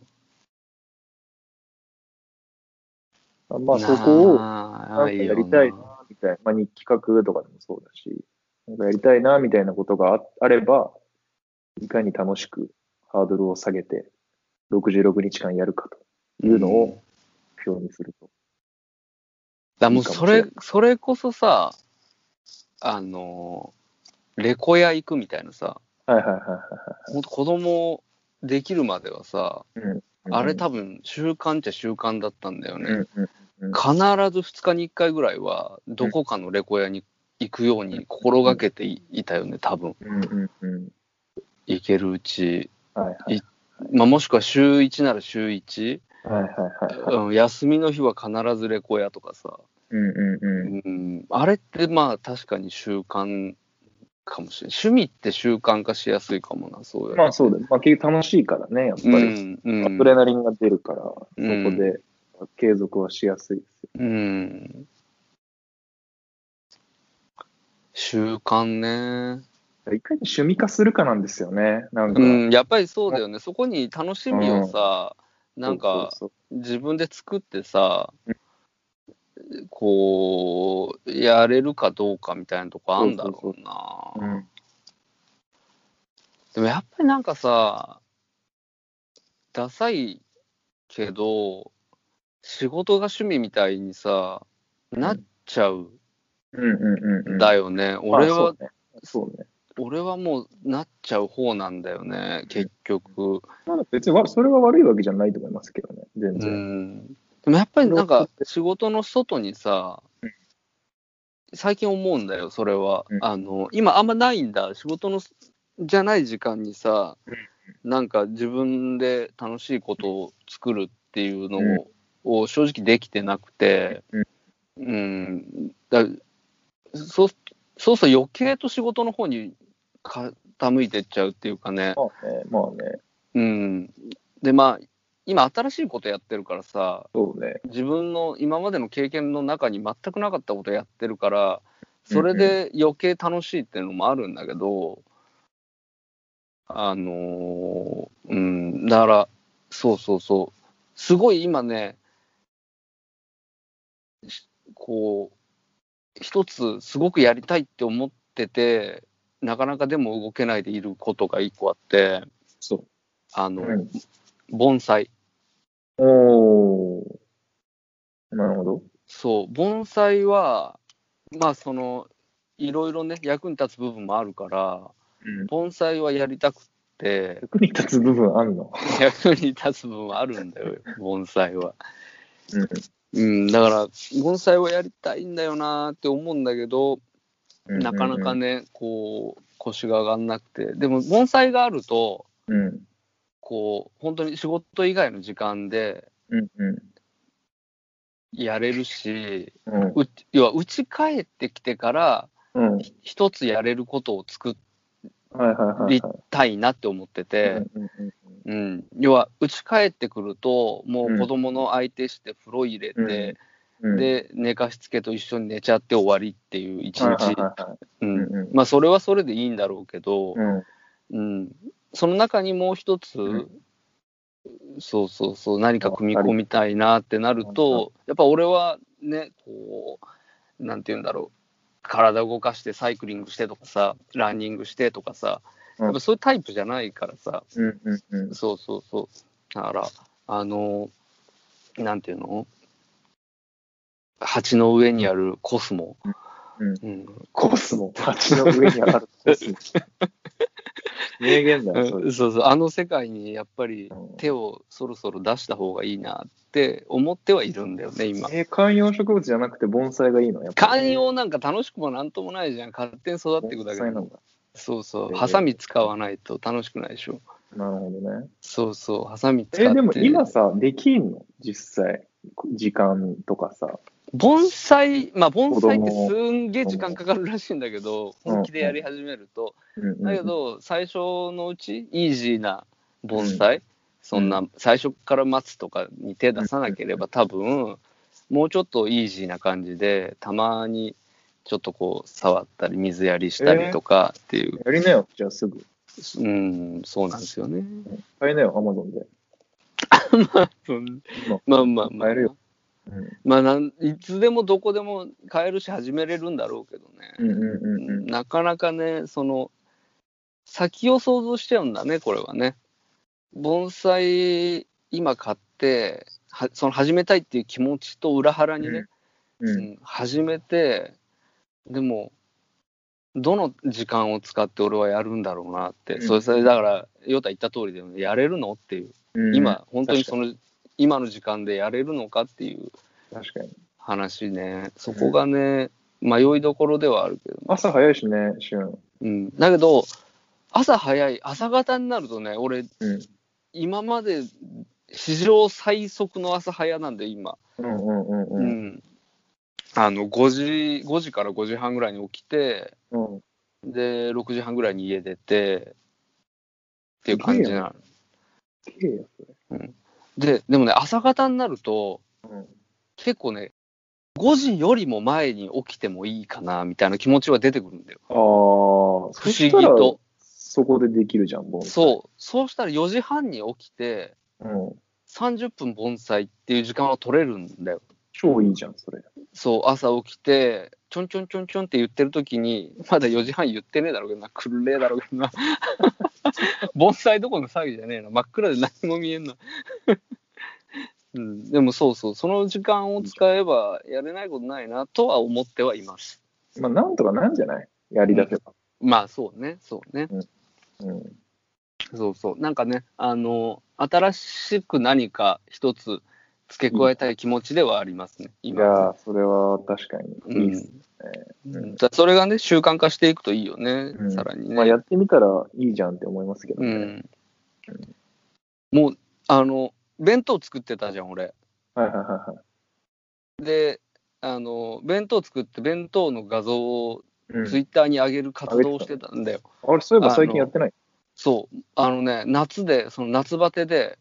Speaker 3: まあそこを、
Speaker 1: な
Speaker 3: なんか
Speaker 1: い
Speaker 3: や
Speaker 1: よな
Speaker 3: りたいな、みたいな。まあ、日記書くとかでもそうだし、なんかやりたいな、みたいなことがああれば、いかに楽しくハードルを下げて、66日間やるかというの
Speaker 1: うん
Speaker 3: を目標にすると。
Speaker 1: だもう
Speaker 3: いいかもし
Speaker 1: そ
Speaker 3: れ
Speaker 1: れ
Speaker 3: ない、
Speaker 1: それこそさ、あのー、レコヤ行くみたいなさ、
Speaker 3: はいはいはいは
Speaker 1: ほんと子供できるまではさ、
Speaker 3: い。
Speaker 1: あれ多分習慣っちゃ習慣だったんだよね。
Speaker 3: うんうんうん
Speaker 1: 必ず2日に1回ぐらいは、どこかのレコヤに行くように心がけていいたよね、多分。
Speaker 3: うんうんうん。
Speaker 1: 行けるうち。
Speaker 3: はいはい
Speaker 1: いまあ、もしくは週1なら週 1?
Speaker 3: はいはいはい。
Speaker 1: うん、休みの日は必ずレコヤとかさ、
Speaker 3: うんうんうん。
Speaker 1: うん、あれってまあ確かに習慣かもしれない趣味って習慣化しやすいかもなそういう
Speaker 3: まあそうだよ。まあ結局楽しいからね、やっぱ
Speaker 1: う
Speaker 3: り。
Speaker 1: んう
Speaker 3: ア
Speaker 1: ん
Speaker 3: ドレナリンが出るから、そこ
Speaker 1: うん
Speaker 3: で継続はしやすいですよ。
Speaker 1: うん習慣ね、
Speaker 3: いかに趣味化するかなんですよね。なんか。
Speaker 1: うん、やっぱりそうだよねそこに楽しみをさ、なんか
Speaker 3: そう
Speaker 1: 自分で作ってさ、こうやれるかどうかみたいなとこあんだろうな
Speaker 3: そうそう、うん、
Speaker 1: でもやっぱりなんかさ、ダサいけど、仕事が趣味みたいにさ、なっちゃう
Speaker 3: うんうんうん
Speaker 1: んだよね。俺は、
Speaker 3: あそうねそうね
Speaker 1: 俺はもうなっちゃう方なんだよね、結局。
Speaker 3: まだ別にわそれは悪いわけじゃないと思いますけどね全
Speaker 1: う
Speaker 3: 然、
Speaker 1: ん。でもやっぱりなんか仕事の外にさ、最近思うんだよ、それは。
Speaker 3: うん
Speaker 1: あの、今あんまないんだ。仕事のす、じゃない時間にさ、なんか自分で楽しいことを作るっていうのを,、
Speaker 3: うん
Speaker 1: を正直できてなくて、うん。だそう、そうすると余計と仕事の方に傾いてっちゃうっていうかね。
Speaker 3: まあねまあね
Speaker 1: うん。で、まあ、今新しいことやってるからさ、
Speaker 3: そうね。
Speaker 1: 自分の今までの経験の中に全くなかったことやってるから、それで余計楽しいっていうのもあるんだけど、あのーうん、だから、そうそうそう、すごい今ね、しこう、一つすごくやりたいって思ってて、なかなかでも動けないでいることが一個あって、
Speaker 3: そ
Speaker 1: あの、
Speaker 3: う。うん、
Speaker 1: 盆栽。
Speaker 3: おー。なるほど。
Speaker 1: そう、盆栽は、まあその、いろいろね、役に立つ部分もあるから、
Speaker 3: うん。
Speaker 1: 盆栽はやりたくって、
Speaker 3: 役に立つ部分あんの
Speaker 1: 役に立つ部分はあるんだよ、盆栽は。
Speaker 3: うん。
Speaker 1: うん、だから、盆栽はやりたいんだよなーって思うんだけど、なかなか
Speaker 3: ね。
Speaker 1: ね、こう、腰が上がんなくて。でも、盆栽があると、
Speaker 3: うん。
Speaker 1: こう、本当に仕事以外の時間で
Speaker 3: うん。う
Speaker 1: やれるし、
Speaker 3: ん。うん。
Speaker 1: う要は、家帰ってきてから、
Speaker 3: うん。
Speaker 1: 一つやれることを作っ
Speaker 3: はいはいはい、はい。
Speaker 1: たいなって思ってて、
Speaker 3: うんうん
Speaker 1: うん、要は家帰ってくるともう子供の相手して風呂入れて、
Speaker 3: うんうん、
Speaker 1: で寝かしつけと一緒に寝ちゃって終わりっていう一
Speaker 3: はい
Speaker 1: 日、
Speaker 3: はいは
Speaker 1: う
Speaker 3: いはい
Speaker 1: ん
Speaker 3: うんうん
Speaker 1: まあそれはそれでいいんだろうけど、
Speaker 3: うん
Speaker 1: うん、その中にもう一つ、
Speaker 3: ん
Speaker 1: そうそうそう何か組み込みたいなってなるとやっぱ俺はねこうなんて言うんだろう体動かしてサイクリングしてとかさランニングしてとかさやっぱそういうタイプじゃないからさ、
Speaker 3: うんうんうん
Speaker 1: そうそうそうだからあのなんていうの鉢の上にあるコスモ、
Speaker 3: うん
Speaker 1: うん
Speaker 3: コスモ、蜂の上に上がるコスモ。名言だよ、それ。
Speaker 1: そうそうあの世界にやっぱり
Speaker 3: うん
Speaker 1: 手をそろそろ出した方がいいなって思ってはいるんだよね今
Speaker 3: えー観葉植物じゃなくて盆栽がいいのやっぱ
Speaker 1: 観
Speaker 3: り
Speaker 1: 葉なんか楽しくもなんともないじゃん勝手に育っていくだけ
Speaker 3: 盆栽
Speaker 1: で
Speaker 3: なんだ。
Speaker 1: そうそ
Speaker 3: え
Speaker 1: う
Speaker 3: ー
Speaker 1: ハサミ使わないと楽しくないでしょ
Speaker 3: なるほどね。
Speaker 1: そうそうハサミ使って
Speaker 3: えー、でも今さ、できんの実際。時間とかさ。
Speaker 1: 盆栽まあ盆栽って
Speaker 3: 子供
Speaker 1: すんげえ時間かかるらしいんだけど
Speaker 3: うん
Speaker 1: 本気でやり始めると
Speaker 3: うんうん
Speaker 1: だけ、ど最初のうちイージーな盆栽、そんな最初から待つとかに手出さなければ多分もうちょっとイージーな感じでたまにちょっとこう触ったり水やりしたりとかっていう、
Speaker 3: やりなよ、じゃあすぐ。
Speaker 1: うんそうなんですよね。
Speaker 3: 買えなよ、アマゾンで。
Speaker 1: うん
Speaker 3: まあ
Speaker 1: まあまあまあ
Speaker 3: 買えるよう
Speaker 1: まあなんいつでもどこでも買えるし始めれるんだろうけどね、
Speaker 3: んうんうんうん。
Speaker 1: なかなかねその先を想像しちゃうんだねこれはね盆栽今買ってはその始めたいっていう気持ちと裏腹にね、
Speaker 3: う。
Speaker 1: うんん、始めてでもどの時間を使って俺はやるんだろうなって、
Speaker 3: ん
Speaker 1: それそれだからヨタ言った通りでやれるのっていう、
Speaker 3: うん
Speaker 1: 今本当にその今の時間でやれるのかっていう
Speaker 3: 確かに。
Speaker 1: 話ねそこがね、迷いどころではあるけど、
Speaker 3: 朝早いしね、旬。
Speaker 1: うん、だけど朝早い朝方になるとね俺
Speaker 3: うん。
Speaker 1: 今まで史上最速の朝早なんで今、
Speaker 3: うんうんうん
Speaker 1: う
Speaker 3: うん。
Speaker 1: ん、あの5時5時から5時半ぐらいに起きて
Speaker 3: うん。
Speaker 1: で、6時半ぐらいに家出て、っていう感じな
Speaker 3: 綺麗や、そ
Speaker 1: の。で、でもね、朝方になると、
Speaker 3: れ。うん。
Speaker 1: 結構ね、5時よりも前に起きてもいいかな、みたいな気持ちは出てくるんだよ。
Speaker 3: ああ、不思
Speaker 1: 不思議と。。
Speaker 3: そこでできるじゃん、盆栽。
Speaker 1: そう。そうしたら4時半に起きて、
Speaker 3: う。うん。
Speaker 1: 30分盆栽っていう時間は取れるんだよ。
Speaker 3: 超いいじゃん、それ。
Speaker 1: そう、朝起きて、ちょんちょんちょんちょんって言ってる時に、まだ4時半言ってねえだろうけどな、くるれえだろうけどな。 盆栽どころの騒ぎじゃねえな、真っ暗で何も見えんな。 うん、でもそうそう、その時間を使えばやれないことないなとは思ってはいます。
Speaker 3: まあ、なんとかなんじゃないやりだせば。
Speaker 1: まあそうね、そうね、
Speaker 3: うん。
Speaker 1: そうそう。なんかね、あの、新しく何か一つ付け加えたい気持ちではありますね、
Speaker 3: い
Speaker 1: 今。
Speaker 3: やー、それは確か
Speaker 1: う
Speaker 3: にいい
Speaker 1: ん
Speaker 3: っす。
Speaker 1: うんだそれがね、習慣化していくといいよね、
Speaker 3: うん
Speaker 1: さらにね。
Speaker 3: まあ、やってみたらいいじゃんって思いますけど
Speaker 1: う
Speaker 3: ね。
Speaker 1: ん。もう、あの、弁当作ってたじゃん、俺。
Speaker 3: はいはいはいはい
Speaker 1: で、あの、弁当作って、弁当の画像を
Speaker 3: うん
Speaker 1: ツイッターに上げる活動をしてたんだよ。
Speaker 3: あれ、そういえば最近やってない。
Speaker 1: そう。あのね、夏で、その夏バテで、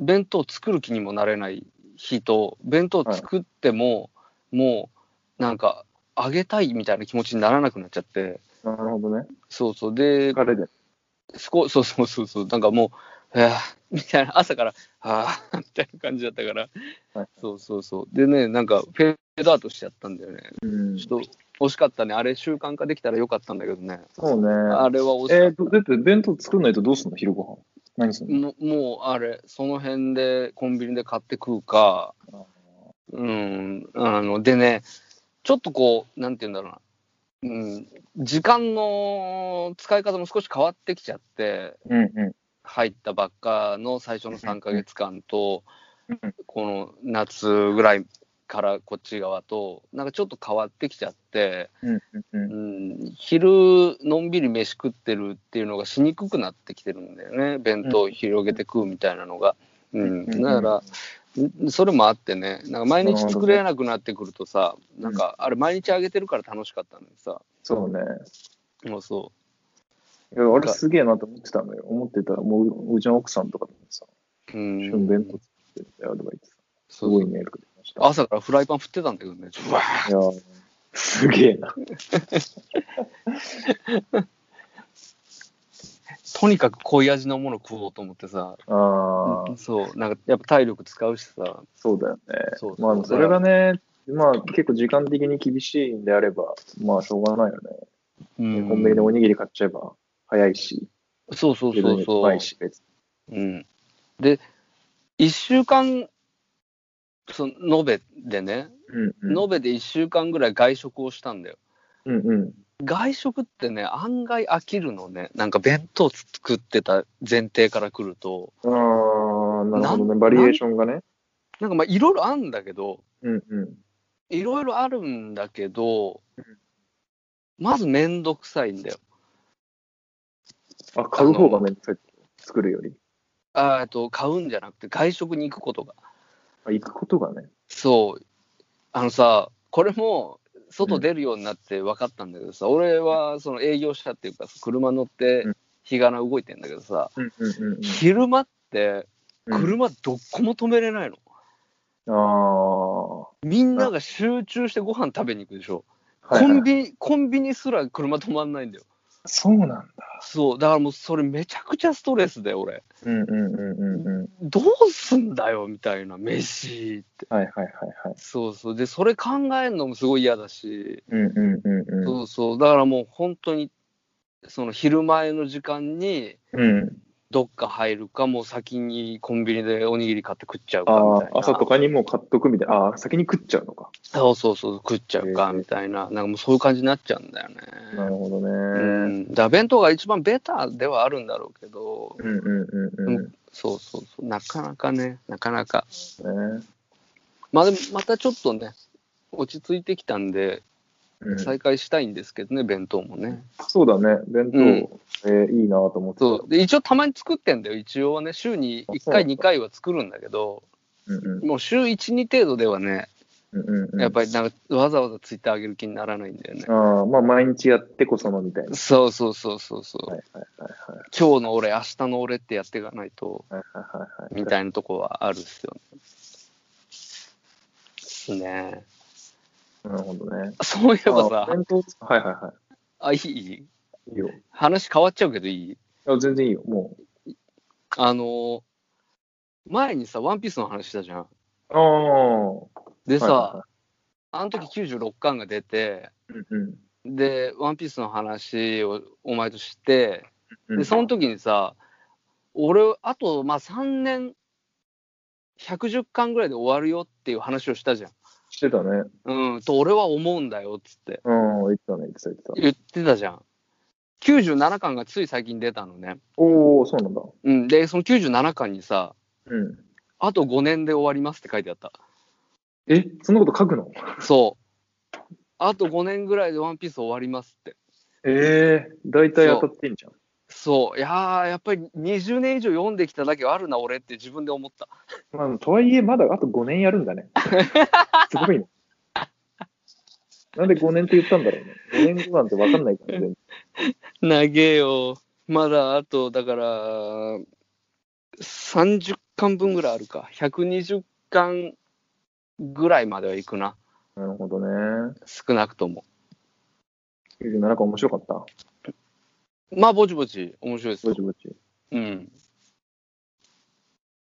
Speaker 1: 弁当作る気にもなれない日と、弁当作っても、もう、なんか、あげたいみたいな気持ちにならなくなっちゃって、
Speaker 3: なるほどね。
Speaker 1: そうそう。で、
Speaker 3: 疲れてる。
Speaker 1: すこそうそうそうそう、なんかもう、えー、みたいな、朝から、ああ、みたいな感じだったから、
Speaker 3: はい
Speaker 1: そうそうそう。でね、なんか、フェードアウトしちゃったんだよね。
Speaker 3: うん。
Speaker 1: ちょっと、惜しかったね。あれ、習慣化できたらよかったんだけどね。
Speaker 3: そうね。
Speaker 1: あれは惜しか
Speaker 3: え
Speaker 1: っ
Speaker 3: ーと、だって弁当作んないとどうすんの昼ご飯。何すん
Speaker 1: た。
Speaker 3: の
Speaker 1: ももう、あれ、その辺でコンビニで買って食うか、うん、あの、でね、ちょっとこう、なんて言うんだろうな。うん、時間の使い方も少し変わってきちゃって、
Speaker 3: うんう
Speaker 1: 入ったばっかの最初の3ヶ月間と
Speaker 3: うん、
Speaker 1: この夏ぐらいからこっち側と、なんかちょっと変わってきちゃって、
Speaker 3: ん。うんうんうん。
Speaker 1: うん、昼のんびり飯食ってるっていうのがしにくくなってきてるんだよね。弁当を広げて食うみたいなのが。うん、
Speaker 3: うん
Speaker 1: だから、それもあってね、なんか毎日作れなくなってくるとさ、な
Speaker 3: どね
Speaker 1: んかあれ毎日あげてるから楽しかったのにさ、
Speaker 3: そうね。
Speaker 1: もうそ
Speaker 3: いや、あれすげえなと思ってたのよ。思ってたら、もう、うちの奥さんとかでもさ、
Speaker 1: う。うん
Speaker 3: 一緒に弁当作ってるんだよとか言ってさ、す
Speaker 1: そう
Speaker 3: ごいね、とか言ってました。
Speaker 1: 朝からフライパン振ってたんだけどね、ちょっとわー
Speaker 3: いや、すげえな。
Speaker 1: とにかく濃い味のもの食おうと思ってさ、
Speaker 3: ああ、
Speaker 1: そう、なんかやっぱ体力使うしさ、
Speaker 3: そうだよね。
Speaker 1: そう
Speaker 3: まあ、
Speaker 1: そ
Speaker 3: そうれがね、まあ、結構時間的に厳しいんであれば、まあ、しょうがないよね。
Speaker 1: うん
Speaker 3: コンビニでおにぎり買っちゃえば、早いし、
Speaker 1: そうそうそう
Speaker 3: う
Speaker 1: そ
Speaker 3: ま
Speaker 1: う
Speaker 3: い、し、別に。
Speaker 1: うん。で、1週間、その延べでね、
Speaker 3: うんうん
Speaker 1: 延べで1週間ぐらい外食をしたんだよ。
Speaker 3: うんうん。
Speaker 1: 外食ってね、案外飽きるのね、なんか弁当作ってた前提から来ると、
Speaker 3: ああ、なるほど
Speaker 1: な
Speaker 3: ね。バリエーションがね。
Speaker 1: なんかまあいろいろあんだけど、
Speaker 3: うんうん。
Speaker 1: いろいろあるんだけど、まずめんどくさいんだよ。
Speaker 3: あ、買う方がめんどくさい。作るより。
Speaker 1: あーえっと買うんじゃなくて外食に行くことが。
Speaker 3: あ、行くことがね。
Speaker 1: そう。あのさ、これも外出るようになって分かったんだけどさ、俺はその営業者っていうか、車乗って
Speaker 3: うん
Speaker 1: 日がな動いてんだけどさ、
Speaker 3: うんうんうん
Speaker 1: 昼間って
Speaker 3: うん。
Speaker 1: 車どこも止めれないの。
Speaker 3: ああ。は
Speaker 1: みんなが集中してご飯食べに行くでしょ。
Speaker 3: いはい
Speaker 1: コンビニ、コンビニすら車止まんないんだよ。
Speaker 3: そうなんだ。
Speaker 1: そう。だからもうそれめちゃくちゃストレスだよ、俺。
Speaker 3: うんうんうんうんうん。
Speaker 1: どうすんだよ、みたいな、飯って。
Speaker 3: はいはいはいはい。
Speaker 1: そうそう。で、それ考えるのもすごい嫌だし。
Speaker 3: うんうんうんうん。
Speaker 1: そうそう、だからもう本当に、その昼前の時間に、
Speaker 3: うん。
Speaker 1: どっか入るか、もう先にコンビニでおにぎり買って食っちゃうかみ
Speaker 3: あ
Speaker 1: たいな。
Speaker 3: あ、朝とかにもう買っとくみたいな。ああ、先に食っちゃうのか。
Speaker 1: そうそうそう、食っちゃうか
Speaker 3: へえ
Speaker 1: みたいな、なんかもうそういう感じになっちゃうんだよね。
Speaker 3: なるほどね。
Speaker 1: うん、だから弁当が一番ベターではあるんだろうけど、
Speaker 3: うんうんうんうん。ね
Speaker 1: そうそうそう、なかなかね、なかなか。まあでも、またちょっとね、落ち着いてきたんで、
Speaker 3: うん
Speaker 1: 再開したいんですけどね、弁当もね。
Speaker 3: そうだね。弁当、
Speaker 1: うん
Speaker 3: えーいいなと思ってた。
Speaker 1: そう。で、一応たまに作ってんだよ、一応はね、週に1回、2回は作るんだけど、
Speaker 3: うんうん
Speaker 1: もう週1、2程度ではね、
Speaker 3: うんうん。
Speaker 1: やっぱりなんかわざわざツイッター上げる気にならないんだよね。
Speaker 3: ああ、まあ毎日やってこそのみたいな。
Speaker 1: そうそうそうそうそう、
Speaker 3: はいはいはいはい
Speaker 1: 今日の俺、明日の俺ってやっていかないと、
Speaker 3: はいはいはいはい。
Speaker 1: みたいなとこはあるっすよね。ですね。
Speaker 3: なるほどね。
Speaker 1: そういえば
Speaker 3: あ
Speaker 1: さ、
Speaker 3: 弁当つはいはいは
Speaker 1: あ、いい
Speaker 3: い。いいよ。い
Speaker 1: 話変わっちゃうけどいい
Speaker 3: や、全然いいよ。も
Speaker 1: あの、前にさ、ワンピースの話したじゃん。
Speaker 3: う。ああ。
Speaker 1: でさ、
Speaker 3: は
Speaker 1: あの時96巻が出て、
Speaker 3: いはいはいうん
Speaker 1: で、ワンピースの話をお前として、
Speaker 3: うん。
Speaker 1: で、その時にさ、俺、あと、まあ、3年、110巻ぐらいで終わるよっていう話をしたじゃん。
Speaker 3: してたね。
Speaker 1: うん、と、俺は思うんだよ、つって
Speaker 3: うん、言ってたね、言ってた、言ってた。
Speaker 1: 言ってたじゃん。97巻がつい最近出たのね。
Speaker 3: おお、そうなんだ。
Speaker 1: うん、で、その97巻にさ、
Speaker 3: うん。
Speaker 1: あと5年で終わりますって書いてあった。
Speaker 3: え、そんなこと書くの
Speaker 1: そう。あと5年ぐらいでワンピース終わりますって。
Speaker 3: ええ大体当たってんじゃん。
Speaker 1: そう。いやー、やっぱり20年以上読んできただけはあるな、俺って自分で思った。
Speaker 3: まあ、とはいえ、まだあと5年やるんだ ね。すごいね。なんで5年って言ったんだろうね。5年後なんて分かんないから、全然。
Speaker 1: 長えよ。まだあと、だから、30巻分ぐらいあるか。120巻ぐらいまではいくな。
Speaker 3: なるほどね。
Speaker 1: 少なくとも。
Speaker 3: 97巻面白かった。
Speaker 1: まあ、ぼちぼち面白いです
Speaker 3: ぼ
Speaker 1: よ
Speaker 3: ち。ぼち。
Speaker 1: うん。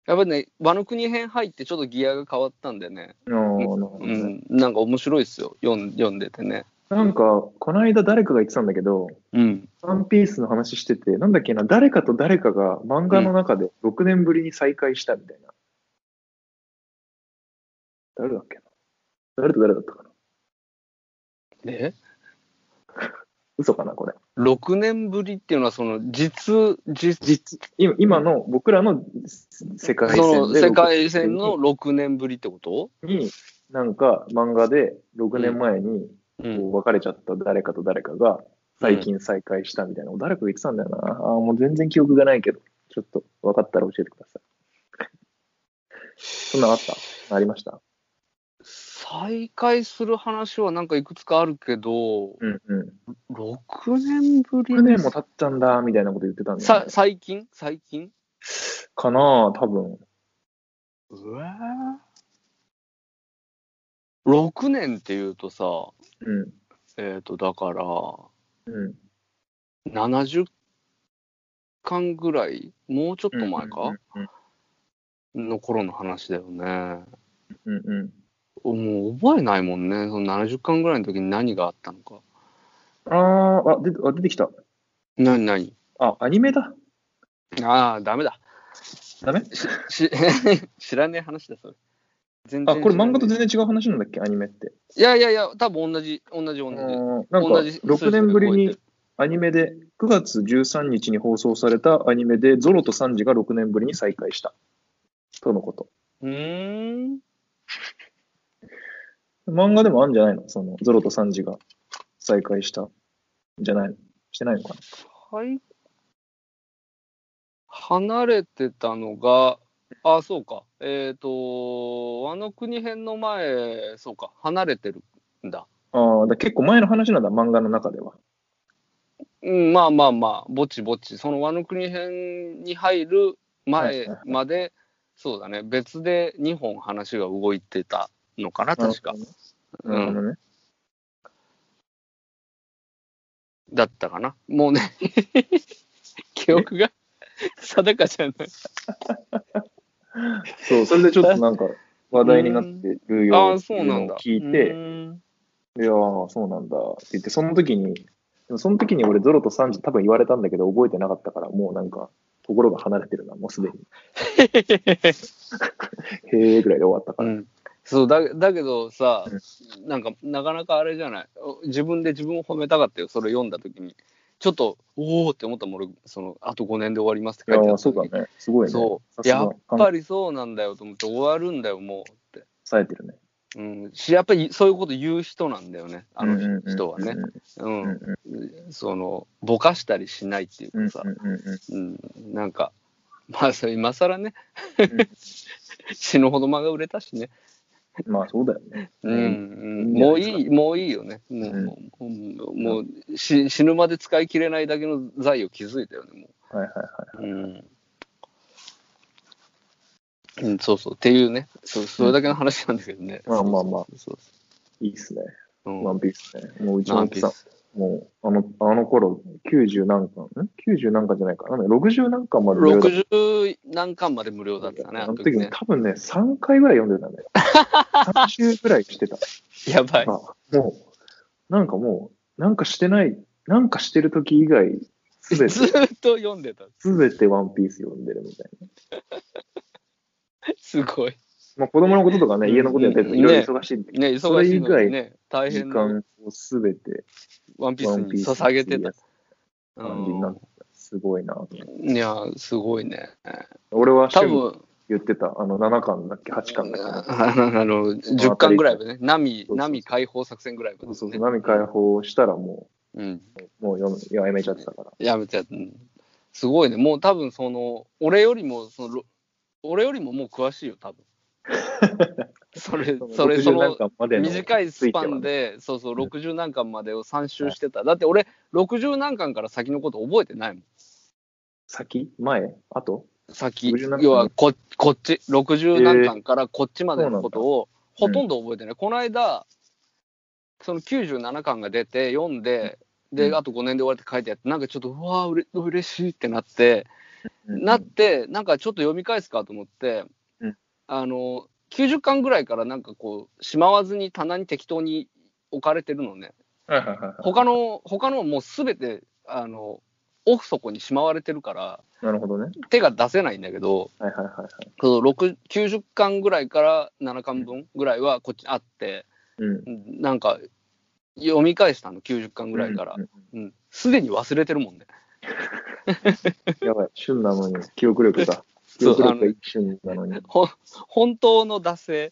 Speaker 1: やっぱね、ワノ国編入ってちょっとギアが変わったんでね。
Speaker 3: あーなるほど
Speaker 1: う
Speaker 3: ね
Speaker 1: ん。なんか面白いですよ。読ん読んでてね。
Speaker 3: なんか、この間誰かが言ってたんだけど、
Speaker 1: うん。
Speaker 3: ワンピースの話してて、なんだっけな、誰かと誰かが漫画の中で6年ぶりに再会したみたいな。誰だっけな誰と誰だったかな
Speaker 1: え
Speaker 3: 嘘かなこれ。
Speaker 1: 6年ぶりっていうのは、その実、実、実
Speaker 3: 今今の僕らの世界
Speaker 1: そ
Speaker 3: 線
Speaker 1: の
Speaker 3: で
Speaker 1: 世界線の6年ぶりってこと
Speaker 3: に、なんか漫画で6年前に
Speaker 1: う
Speaker 3: こ
Speaker 1: ん。
Speaker 3: う別れちゃった誰かと誰かが最近再会したみたいな、誰かが言ってたんだよな。あーもう全然記憶がないけど、ちょっと分かったら教えてください。 そんなのあったありました
Speaker 1: 再会する話はなんかいくつかあるけど、
Speaker 3: うんうん。
Speaker 1: 6年ぶり
Speaker 3: 6年も経ったんだ、みたいなこと言ってたんだよ、
Speaker 1: さ
Speaker 3: ね。
Speaker 1: 最近最近
Speaker 3: かな多分。
Speaker 1: うわ6年っていうとさ、
Speaker 3: うん。
Speaker 1: えっ、と、だから、
Speaker 3: うん。
Speaker 1: 70巻ぐらい、もうちょっと前か、
Speaker 3: うん
Speaker 1: の頃の話だよね。
Speaker 3: うんうん。うん
Speaker 1: もう覚えないもんね。その70巻ぐらいの時に何があったのか。
Speaker 3: あーあ、出てあ出てきた。
Speaker 1: 何何
Speaker 3: あ、アニメだ。
Speaker 1: ああ、ダメだ。
Speaker 3: ダメ
Speaker 1: し 知らねえ話だ、それ。全
Speaker 3: あ、これ漫画と
Speaker 1: 然知らね
Speaker 3: 全然違う話なんだっけアニメって。
Speaker 1: え。いやいやいや、多分同じ、同じ同じ。
Speaker 3: うんなんか、
Speaker 1: 同じ
Speaker 3: 6年ぶり
Speaker 1: 数字で動い
Speaker 3: に
Speaker 1: て
Speaker 3: アニメで、9月13日に放送されたアニメで、ゾロとサンジが6年ぶりに再会した。とのこと。
Speaker 1: うーん。
Speaker 3: 漫画でもあるんじゃないのその、ゾロとサンジが再会した。じゃないのしてないのかな
Speaker 1: はい。離れてたのが、あ、そうか。えっ、と、ワノ国編の前、そうか、離れてるんだ。
Speaker 3: ああ、だ結構前の話なんだ、漫画の中では。
Speaker 1: うん、まあまあまあ、ぼちぼち。そのワノ国編に入る前まで、そうだね、別で2本話が動いてたのかな、確か。
Speaker 3: なるほどね。
Speaker 1: だったかな。もうね、記憶が定かじゃない。
Speaker 3: そう、それでちょっとなんか話題になってるよ
Speaker 1: あ
Speaker 3: っ
Speaker 1: あ、
Speaker 3: て
Speaker 1: そ
Speaker 3: いうう
Speaker 1: な
Speaker 3: の
Speaker 1: んだ
Speaker 3: を。聞いうて、
Speaker 1: ん
Speaker 3: いやーそうなんだって言って、その時に、その時に俺、ゾロとサンジ多分言われたんだけど、覚えてなかったから、もうなんか、ところが離れてるな、もうすでに。 へーぐらいで終わったか
Speaker 1: う
Speaker 3: ら。
Speaker 1: ん、そうだだけどさ
Speaker 3: う、
Speaker 1: なんかなかなかあれじゃない、お自分で自分を褒めたかったよ、それ読んだときに。ちょっと、おおって思ったもん、俺、そのあと5年で終わりますって書い
Speaker 3: い
Speaker 1: てあ
Speaker 3: や
Speaker 1: っ
Speaker 3: ー
Speaker 1: た
Speaker 3: そう
Speaker 1: 時
Speaker 3: だね。すごいね。
Speaker 1: そう、
Speaker 3: さすが
Speaker 1: やっぱりそうなんだよと思って、終わるんだよ、もうって。
Speaker 3: 冴えてるね。
Speaker 1: うん、しやっぱりそういうこと言う人なんだよね、あの
Speaker 3: うんうんうん
Speaker 1: 人はね。。う
Speaker 3: うんうん
Speaker 1: ん、
Speaker 3: う
Speaker 1: その、ぼかしたりしないっていうんかさ、
Speaker 3: うんうん
Speaker 1: うん、なんか、まあ、それ今更ね、 死ぬほど間が売れたしね。
Speaker 3: うんまあそうだよね。
Speaker 1: うんうん
Speaker 3: いいんじ
Speaker 1: も
Speaker 3: ゃな
Speaker 1: う
Speaker 3: いですか
Speaker 1: いい、もういいよね。もう、
Speaker 3: うん
Speaker 1: もうもうし死ぬまで使い切れないだけの財を築いたよね、も
Speaker 3: はいはいはい。
Speaker 1: う。うん。うん、そうそう。っていうね。そうそれだけの話なんだけどね。
Speaker 3: まあまあまあ
Speaker 1: そうそ
Speaker 3: いいっすね。
Speaker 1: う。うん
Speaker 3: ワンピースね。もううちの
Speaker 1: ワ
Speaker 3: 奥
Speaker 1: ンピ
Speaker 3: さ
Speaker 1: ー
Speaker 3: ん
Speaker 1: ス
Speaker 3: もう、あの、あの頃、90何巻、ん ?90 何巻じゃないかな。なんだ60何巻まで無料だっ
Speaker 1: 60何巻まで無料だったね、
Speaker 3: あ
Speaker 1: あ
Speaker 3: の
Speaker 1: の
Speaker 3: 時
Speaker 1: 時
Speaker 3: ね
Speaker 1: ね。
Speaker 3: 多分ね、3回ぐらい読んで たね。3週ぐらいしてた。
Speaker 1: やばい。
Speaker 3: あもう、なんかもう、なんかしてない、なんかしてる時以外、す べ
Speaker 1: ず
Speaker 3: て、
Speaker 1: ーっと読んでた。
Speaker 3: すべてワンピース読んでるみたいな。
Speaker 1: すごい。
Speaker 3: まあ子供のこととかね、
Speaker 1: うん
Speaker 3: 家のことやってるといろいろ忙しいんだけ
Speaker 1: ね、
Speaker 3: そ
Speaker 1: 忙
Speaker 3: れ
Speaker 1: しい
Speaker 3: 以
Speaker 1: の
Speaker 3: 外
Speaker 1: にね、大
Speaker 3: ど、時
Speaker 1: 変な
Speaker 3: 間をすべて
Speaker 1: ワンピ
Speaker 3: ワ
Speaker 1: ース
Speaker 3: ンピー
Speaker 1: に
Speaker 3: スに
Speaker 1: 捧げてた
Speaker 3: 費。やす感じになってたすごいなと思って。
Speaker 1: うんいや、すごいね。
Speaker 3: 俺は
Speaker 1: 多
Speaker 3: 趣味
Speaker 1: 分、
Speaker 3: 言ってた、あの、7巻だっけ、8巻だっけな。
Speaker 1: ああの、10巻ぐらい までね、波、波解放作戦ぐらいまで、
Speaker 3: そう
Speaker 1: ね。
Speaker 3: そう、波解放したらも
Speaker 1: うん。
Speaker 3: う、もう読むいややめちゃってたから。
Speaker 1: やめちゃった。うんすごいね。もう多分その、俺よりも、その、ろ俺よりももう詳しいよ、 多分。それ、それ、その、短いスパン。で、そうそう、60何巻までを3周してた。だって俺、60何巻から先のこと覚えてないもん。
Speaker 3: 先前あと
Speaker 1: 先
Speaker 3: 57、
Speaker 1: 要はここっち、60何巻からこっちまでのことを
Speaker 3: そ
Speaker 1: ほ
Speaker 3: うなんだ
Speaker 1: とんど覚えてない。この間、その97巻が出て読んで、
Speaker 3: うん
Speaker 1: で、あと5年で終わりって書いてあって、なんかちょっと、うわーうれ、嬉しいってなって、なっ
Speaker 3: うん
Speaker 1: て、なんかちょっと読み返すかと思って
Speaker 3: うん、
Speaker 1: あの、90巻ぐらいからなんかこう、しまわずに棚に適当に置かれてるのね。
Speaker 3: はいはいはいは
Speaker 1: 他の、他のはもうすべて、あの、奥底にしまわれてるから、
Speaker 3: い。なるほどね。
Speaker 1: 手が出せないんだけど、
Speaker 3: はいはいはいはい。
Speaker 1: その6 90巻ぐらいから7巻分ぐらいはこっちあって、
Speaker 3: うん。
Speaker 1: うんなんか読み返したの、90巻ぐらいから
Speaker 3: うん。
Speaker 1: うんすで、に忘れてるもんね。
Speaker 3: やばい。旬なのに、記憶力が。記
Speaker 1: そう
Speaker 3: 憶力が一瞬なのに。
Speaker 1: ほ本当の惰性。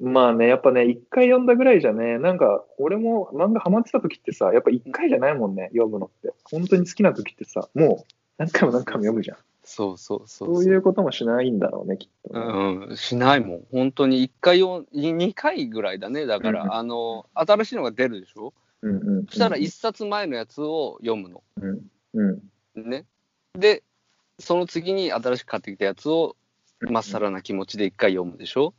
Speaker 3: まあね、やっぱね、一回読んだぐらいじゃね、なんか、俺も漫画ハマってた時ってさ、やっぱ一回じゃないもんね、読むのって。本当に好きな時ってさ、もう何回も何回も読むじゃん。
Speaker 1: そうそうそ
Speaker 3: そういうこともしないんだろうね、きっとね。
Speaker 1: うん、しないもん。本当に1回を、2回ぐらいだね。だから、
Speaker 3: うん
Speaker 1: あの、新しいのが出るでしょ
Speaker 3: うんうん。
Speaker 1: そしたら1冊前のやつを読むの。
Speaker 3: うん。うん。
Speaker 1: ね。で、その次に新しく買ってきたやつを、まっさらな気持ちで1回読むでしょ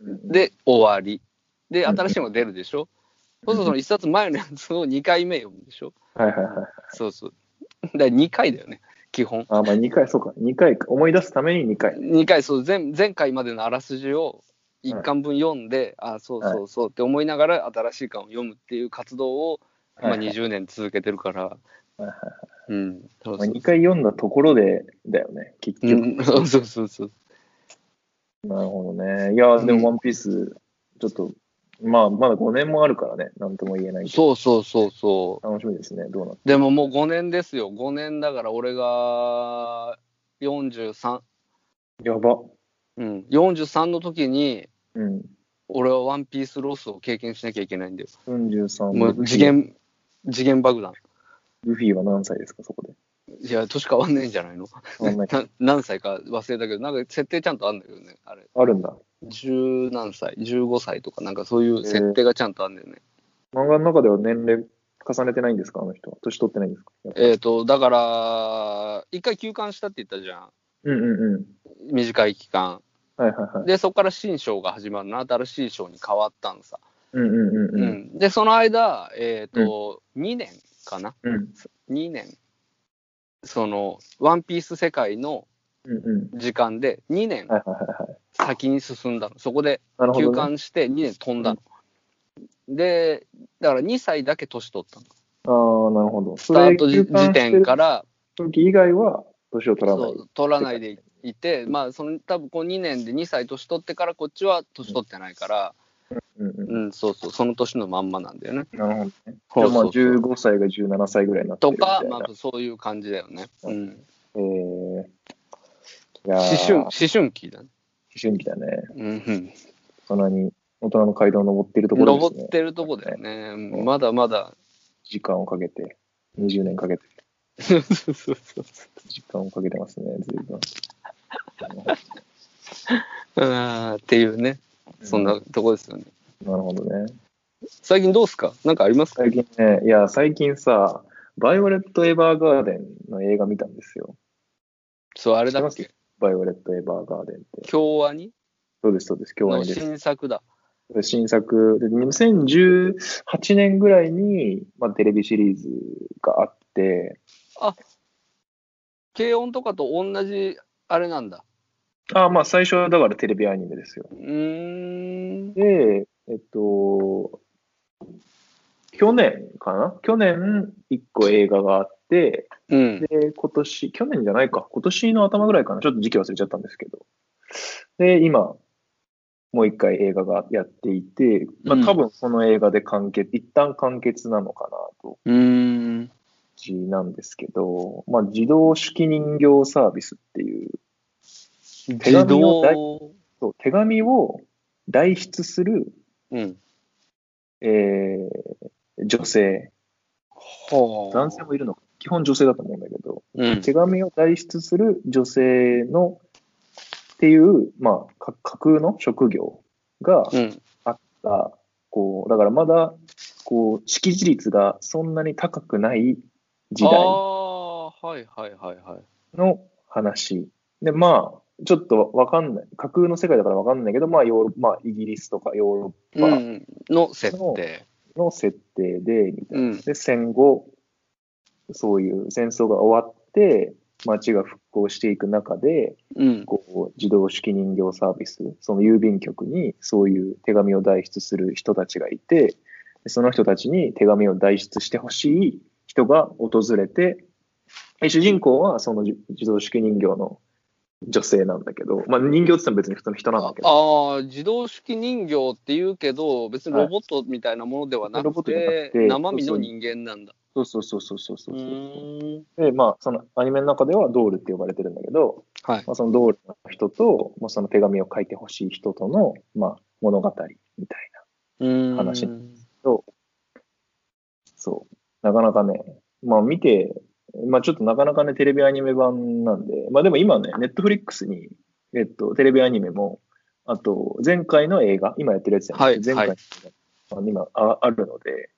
Speaker 3: うん、
Speaker 1: で、終わり。で、
Speaker 3: うん
Speaker 1: 新しいのが出るでしょ、
Speaker 3: う
Speaker 1: そ
Speaker 3: ん
Speaker 1: うするとその一冊前のやつを2回目読むでしょ
Speaker 3: はいはいはい。
Speaker 1: そうそう。だから2回だよね、基本。
Speaker 3: あ、まあ2回、そうか。2回か、思い出すために2回。
Speaker 1: 2回、そう、前前回までのあらすじを1巻分読んで、あそう
Speaker 3: はい
Speaker 1: そうそうって思いながら新しい巻を読むっていう活動を、まあ、
Speaker 3: はいはい
Speaker 1: 20年続けてるから。
Speaker 3: はい
Speaker 1: うん。そう
Speaker 3: まあ、
Speaker 1: そう
Speaker 3: 2回読んだところで、だよね、結
Speaker 1: う
Speaker 3: 局。
Speaker 1: ん、 そうそうそうそう。
Speaker 3: なるほどね。いや、でも
Speaker 1: う
Speaker 3: ワンピース、ちょっと、まあ、まだ5年もあるからね、なんとも言えないけど。
Speaker 1: そうそうそうそう。
Speaker 3: 楽しみですね、どうなって。
Speaker 1: でももう5年ですよ。5年だから俺が43、
Speaker 3: やば。
Speaker 1: うん、43の時に、
Speaker 3: うん。
Speaker 1: 俺はワンピースロスを経験しなきゃいけないんだよ。
Speaker 3: 43
Speaker 1: もう次。元、次元爆弾。
Speaker 3: ルフィは何歳ですか、そこで。
Speaker 1: いや、年変わんないんじゃないの
Speaker 3: そんな
Speaker 1: な何歳か忘れたけど、なんか設定ちゃんとあるんだけどね。あれ、
Speaker 3: あるんだ。
Speaker 1: 十何歳、15歳とか、なんかそういう設定がちゃんとあるんだよね。
Speaker 3: 漫画の中では年齢重ねてないんですか、あの人は。年取ってないんですか。
Speaker 1: えっ、と、だから、一回休館したって言ったじゃん。
Speaker 3: うんうんうん。
Speaker 1: 短い期間。
Speaker 3: はいはいはい。
Speaker 1: で、そこから新章が始まるの、新しい章に変わったんさ。
Speaker 3: うんうんうん
Speaker 1: う
Speaker 3: うん。
Speaker 1: ん。で、その間、えっ、と、2年かな。
Speaker 3: うん
Speaker 1: 2年。その、ワンピース世界の、
Speaker 3: うんうん。
Speaker 1: 時間で2年
Speaker 3: はいはいはいはい。
Speaker 1: 先に進んだの。そこで
Speaker 3: なるほ
Speaker 1: 休
Speaker 3: ど、ね。
Speaker 1: 館して2年飛んだの。で、だから2歳だけ年取ったの。
Speaker 3: ああ、なるほど。
Speaker 1: スタ
Speaker 3: ス。
Speaker 1: ート時時点からら
Speaker 3: 時以外は、年を取らない。
Speaker 1: そう取らないでいて、まあ、その多分こう2年で2歳年取ってからこっちは年取ってないから、
Speaker 3: うんうん
Speaker 1: うん、そうそう、その年のまんまなんだよね。
Speaker 3: なるほどね。じ
Speaker 1: そうそ
Speaker 3: ゃあ
Speaker 1: う
Speaker 3: まあ
Speaker 1: そう
Speaker 3: 15歳が17歳ぐらいになって
Speaker 1: と
Speaker 3: るみた
Speaker 1: か
Speaker 3: い、な。
Speaker 1: まあ、そういう感じだよね。うん、
Speaker 3: えー、いやー
Speaker 1: 思春思
Speaker 3: 思
Speaker 1: 春期だね。
Speaker 3: 春期だね。
Speaker 1: うんうん
Speaker 3: 大人に、大人の階段を登っているところ
Speaker 1: 登
Speaker 3: ですね
Speaker 1: っ。てるとこだよね。うんまだまだ。
Speaker 3: 時間をかけて、20年かけて、
Speaker 1: そうそうそうそう
Speaker 3: 時間をかけてますね、随分。
Speaker 1: うんっていうね、 そんなとこですよね。
Speaker 3: なるほどね。
Speaker 1: 最近どうっすかなんかありますか
Speaker 3: 最近ね、いや、最近さ、バイオレット・エヴァーガーデンの映画見たんですよ。
Speaker 1: そう、あれだ
Speaker 3: 知
Speaker 1: っ
Speaker 3: ってま
Speaker 1: け
Speaker 3: バイオレット・エヴァーガーデンって。
Speaker 1: 京アニ
Speaker 3: そうです、そうです、共
Speaker 1: の
Speaker 3: 演です。
Speaker 1: 新作だ。
Speaker 3: 新作で、2018年ぐらいに、まあ、テレビシリーズがあって、
Speaker 1: 軽音とかと同じ、あれなんだ。
Speaker 3: あまあ最初はだからテレビアニメですよ。
Speaker 1: うーん。
Speaker 3: で、えっと、去年かな去年1個映画があって、
Speaker 1: うん。
Speaker 3: で、今年、去年じゃないか、今年の頭ぐらいかな、ちょっと時期忘れちゃったんですけど。で、今、もう一回映画がやっていて、ま
Speaker 1: う
Speaker 3: あ
Speaker 1: ん
Speaker 3: 多分この映画で完結、一旦完結なのかなと
Speaker 1: うーん。
Speaker 3: ちなんですけど、まあ、自動手記人形サービスっていう、手
Speaker 1: 自
Speaker 3: 紙を
Speaker 1: 動。
Speaker 3: そう手紙を代筆する、
Speaker 1: うん。
Speaker 3: えー女性、
Speaker 1: は
Speaker 3: 男性もいるのか、基本女性だと思うんだけど、
Speaker 1: うん。
Speaker 3: 手紙を代筆する女性のっていう、まあ、か架空の職業が、
Speaker 1: うん。
Speaker 3: がこうだからまだこう識字率がそんなに高くない時
Speaker 1: あ
Speaker 3: 代
Speaker 1: あー、はいはいはいはい。
Speaker 3: の話。で、まあ、ちょっとわかんない。架空の世界だからわかんないけど、まあ、ヨーロッパ、まあ、イギリスとかヨーロ
Speaker 1: う
Speaker 3: ッ
Speaker 1: ん、の設定。
Speaker 3: パの設定で、みたいな
Speaker 1: うん
Speaker 3: で、戦後、そういう戦争が終わって、街が復興していく中で、
Speaker 1: うん。
Speaker 3: こう、自動式人形サービス、その郵便局にそういう手紙を代筆する人たちがいて、でその人たちに手紙を代筆してほしい人が訪れて、で主人公はその自自動式人形の女性なんだけど、まあ人形って言ったら別に普通の人なんだけど、
Speaker 1: ああ、自動式人形って言うけど、別にロボットみたいなものではな
Speaker 3: ロボッ
Speaker 1: く
Speaker 3: トじゃなく
Speaker 1: て、
Speaker 3: て
Speaker 1: 生身の人間なんだ。
Speaker 3: そうそうそうそうそうそう
Speaker 1: う
Speaker 3: そう。
Speaker 1: ーん。
Speaker 3: で、まあそのアニメの中ではドールって呼ばれてるんだけど、
Speaker 1: はい。
Speaker 3: まあ、そのドールの人と、まあ、その手紙を書いてほしい人との、まあ、物語みたいな。
Speaker 1: うーん。
Speaker 3: 話そう。なかなかね、まあ見て、まあちょっとなかなかね、テレビアニメ版なんで、まあでも今ね、ネットフリックスに、えっと、テレビアニメも、あと、前回の映画、今やってるやつやん、
Speaker 1: はい
Speaker 3: 前回
Speaker 1: は
Speaker 3: の映画、まあ今ああるので、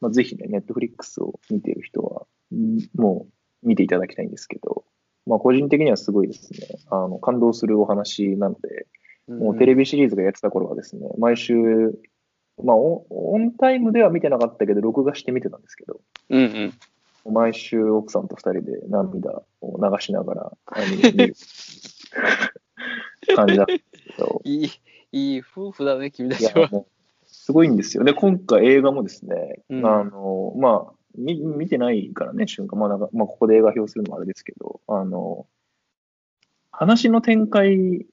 Speaker 3: まあぜひね、ネットフリックスを見てる人は、んもう見ていただきたいんですけど、まあ個人的にはすごいですね、あの、感動するお話なので、もうテレビシリーズがやってた頃はですね、毎週、まあオンオンタイムでは見てなかったけど、録画して見てたんですけど、
Speaker 1: うんうん。
Speaker 3: 毎週奥さんと二人で涙を流しながらアニメ見る感じだったんですけど、
Speaker 1: いい、いい夫婦だね、君た
Speaker 3: い
Speaker 1: ち
Speaker 3: や
Speaker 1: は。
Speaker 3: もうすごいんですよ。で、今回映画もですね、
Speaker 1: うん
Speaker 3: あの、まあ、み見てないからね、瞬間。まあ、なんかまあ、ここで映画表するのもあれですけど、あの、話の展開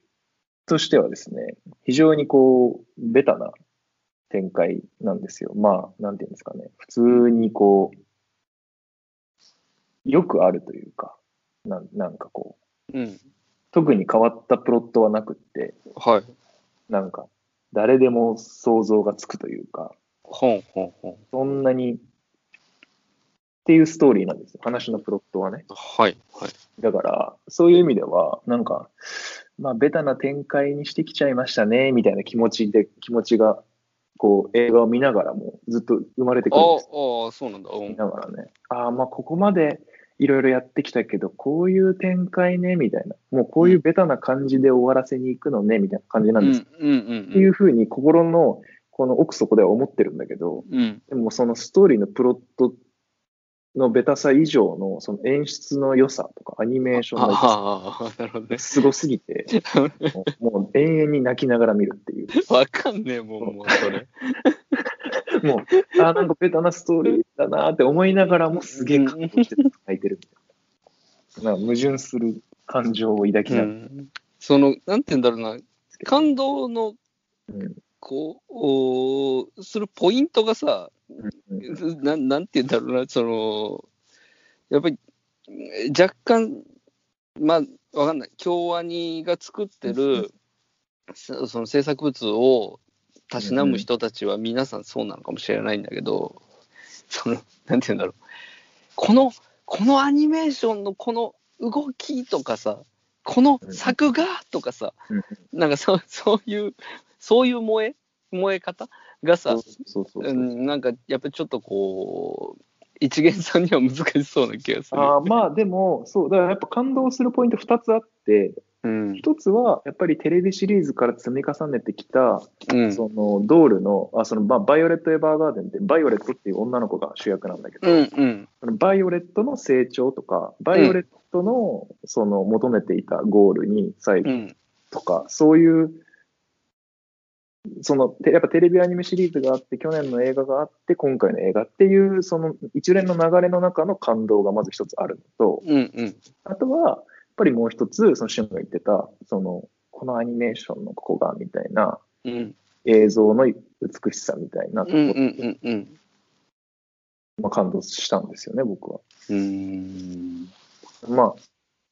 Speaker 3: としてはですね、非常にこう、ベタな展開なんですよ。まあ、なんていうんですかね。普通にこう、よくあるというか、なんなんかこう、
Speaker 1: うん。
Speaker 3: 特に変わったプロットはなくって、
Speaker 1: はい。
Speaker 3: なんか、誰でも想像がつくというか、
Speaker 1: ほんほんほん。
Speaker 3: そんなに、っていうストーリーなんですよ。話のプロットはね。
Speaker 1: はい。はい。
Speaker 3: だから、そういう意味では、なんか、まあ、ベタな展開にしてきちゃいましたね、みたいな気持ちで、気持ちが、こう、映画を見ながらもずっと生まれてく
Speaker 1: あ
Speaker 3: るん
Speaker 1: あ
Speaker 3: です。
Speaker 1: ああ、そうなんだ。う
Speaker 3: 見
Speaker 1: ん。
Speaker 3: ながらね。ああ、まあ、ここまでいろいろやってきたけど、こういう展開ね、みたいな。もうこういうベタな感じで終わらせに行くのね、みたいな感じな
Speaker 1: うんん
Speaker 3: で
Speaker 1: う
Speaker 3: す
Speaker 1: んうん。
Speaker 3: っていうふうに心のこの奥底では思ってるんだけど、
Speaker 1: うん。
Speaker 3: でもそのストーリーのプロットのベタさ以上のその演出の良さとかアニメーションの良さ
Speaker 1: ああ、なるほどね。
Speaker 3: すごすぎて、もうもう永遠に泣きながら見るっていう。
Speaker 1: わかんねえもん、もうそれ。
Speaker 3: もう、ああ、なんかベタなストーリーだなって思いながらもすげえ感動して泣いてるみたいな。なんか矛盾する感情を抱きながら。
Speaker 1: その、なんて言うんだろうな、感動の
Speaker 3: うん、
Speaker 1: こうおー、するポイントがさ、
Speaker 3: うん
Speaker 1: なんなんて言うんだろうな、その、やっぱり、若干、まあ、わかんない、京アニが作ってる、そその制作物をたしなむ人たちは皆さんそうなのかもしれないんだけど、その、なんて言うんだろう、この、このアニメーションのこの動きとかさ、この作画とかさ、
Speaker 3: うん
Speaker 1: なんかそうそういう、そういう萌え、萌え方がさ
Speaker 3: そう、そうそう
Speaker 1: う
Speaker 3: そう。
Speaker 1: ん、なんかやっぱりちょっとこう、一元さんには難しそうな気がする。
Speaker 3: あーまあでも、そう、だからやっぱ感動するポイント2つあって、
Speaker 1: うん、
Speaker 3: 一つは、やっぱりテレビシリーズから積み重ねてきた、
Speaker 1: うん、
Speaker 3: その、ドールの、あ、その、ババイオレット・エヴァーガーデンって、バイオレットっていう女の子が主役なんだけど、
Speaker 1: うん、うん、
Speaker 3: そのバイオレットの成長とか、バイオレットの、その、求めていたゴールに最
Speaker 1: う
Speaker 3: 後
Speaker 1: ん、
Speaker 3: とか、そういう、その、てやっぱテレビアニメシリーズがあって、去年の映画があって、今回の映画っていう、その、一連の流れの中の感動がまず一つあるのと、
Speaker 1: うん、うん、
Speaker 3: あとは、やっぱりもう一つ、そのシュンが言ってた、その、このアニメーションのここが、みたいな、
Speaker 1: うん、
Speaker 3: 映像の美しさみたいなとこ
Speaker 1: うん、うん、うん。
Speaker 3: まあ、感動したんですよね、僕は。
Speaker 1: うん
Speaker 3: まあ、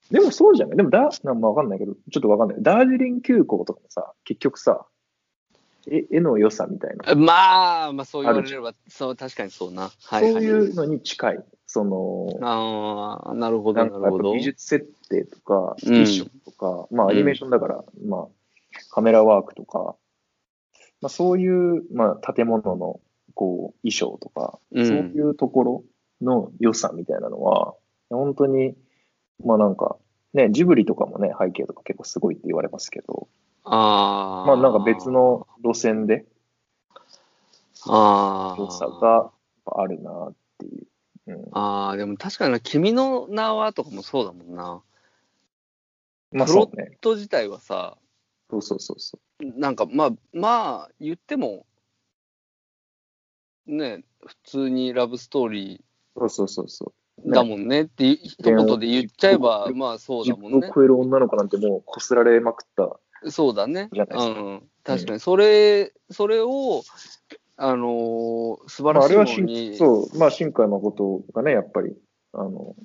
Speaker 3: でもそうじゃないでもだ、なんまあわかんないけど、ちょっとわかんない。ダージリン急行とかもさ、結局さ、え絵の良さみたいな、
Speaker 1: まあ、まあ、そう言われれば、そう、確かにそうな。はい、はい。
Speaker 3: そういうのに近い。その、
Speaker 1: ああ、なるほど、
Speaker 3: な
Speaker 1: なんる
Speaker 3: かやっ
Speaker 1: ほ
Speaker 3: ぱ
Speaker 1: ど。
Speaker 3: 技術設定とか、
Speaker 1: うん
Speaker 3: 衣装とか、まあ
Speaker 1: うん
Speaker 3: アニメーションだから、まあカメラワークとか、まあそういう、まあ建物のこう衣装とか、
Speaker 1: うん
Speaker 3: そういうところの良さみたいなのは、本当に、まあなんか、ね、ジブリとかもね、背景とか結構すごいって言われますけど、
Speaker 1: ああ。
Speaker 3: まあなんか別。の路線で
Speaker 1: ああ。
Speaker 3: 良さがやっぱあるなっていう。うん、
Speaker 1: ああ、でも確かにな、君の名はとかもそうだもんな。
Speaker 3: まあ
Speaker 1: プロ
Speaker 3: そうね。
Speaker 1: 人自体はさ、
Speaker 3: そうそうそうそ
Speaker 1: なんかまあ、まあ、言っても、ね、普通にラブストーリ
Speaker 3: う。そうそうそうそう。
Speaker 1: ーだもんねってい、一言で言っちゃえば、まあそうだ
Speaker 3: 自
Speaker 1: も
Speaker 3: 分
Speaker 1: ん
Speaker 3: を
Speaker 1: ね。
Speaker 3: 超える女の子なんてもうこすられまくった。
Speaker 1: そうだね。
Speaker 3: じゃないですか
Speaker 1: うん。確かに、それ、それを、あのー素晴
Speaker 3: まあ、
Speaker 1: ら
Speaker 3: あ
Speaker 1: しい
Speaker 3: れ
Speaker 1: も
Speaker 3: は
Speaker 1: のに、
Speaker 3: 新そう、まあ、新海誠がね、やっぱり、あの、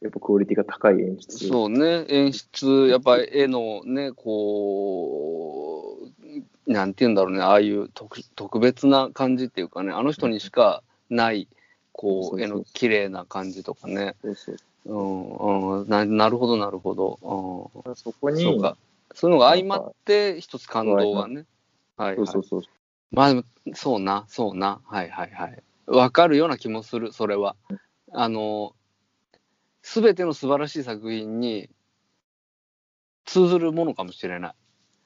Speaker 3: やっぱクオリティが高い演出。
Speaker 1: そうね、演出、やっぱり絵のね、こう、なんて言うんだろうね、ああいう特特別な感じっていうかね、あの人にしかない、こ
Speaker 3: そ
Speaker 1: う、
Speaker 3: うそう
Speaker 1: 絵
Speaker 3: そう
Speaker 1: の綺麗な感じとかね、
Speaker 3: そうそう
Speaker 1: うん、うん、ななるほど、なるほど、うん
Speaker 3: そこに、
Speaker 1: そうか、そういうのが相まって、一つ感動がね、はい、は
Speaker 3: そう
Speaker 1: い
Speaker 3: そうそう。
Speaker 1: まあでも、そうな、そうな、はいはいはい。わかるような気もする、それは。あの、すべての素晴らしい作品に通ずるものかもしれない。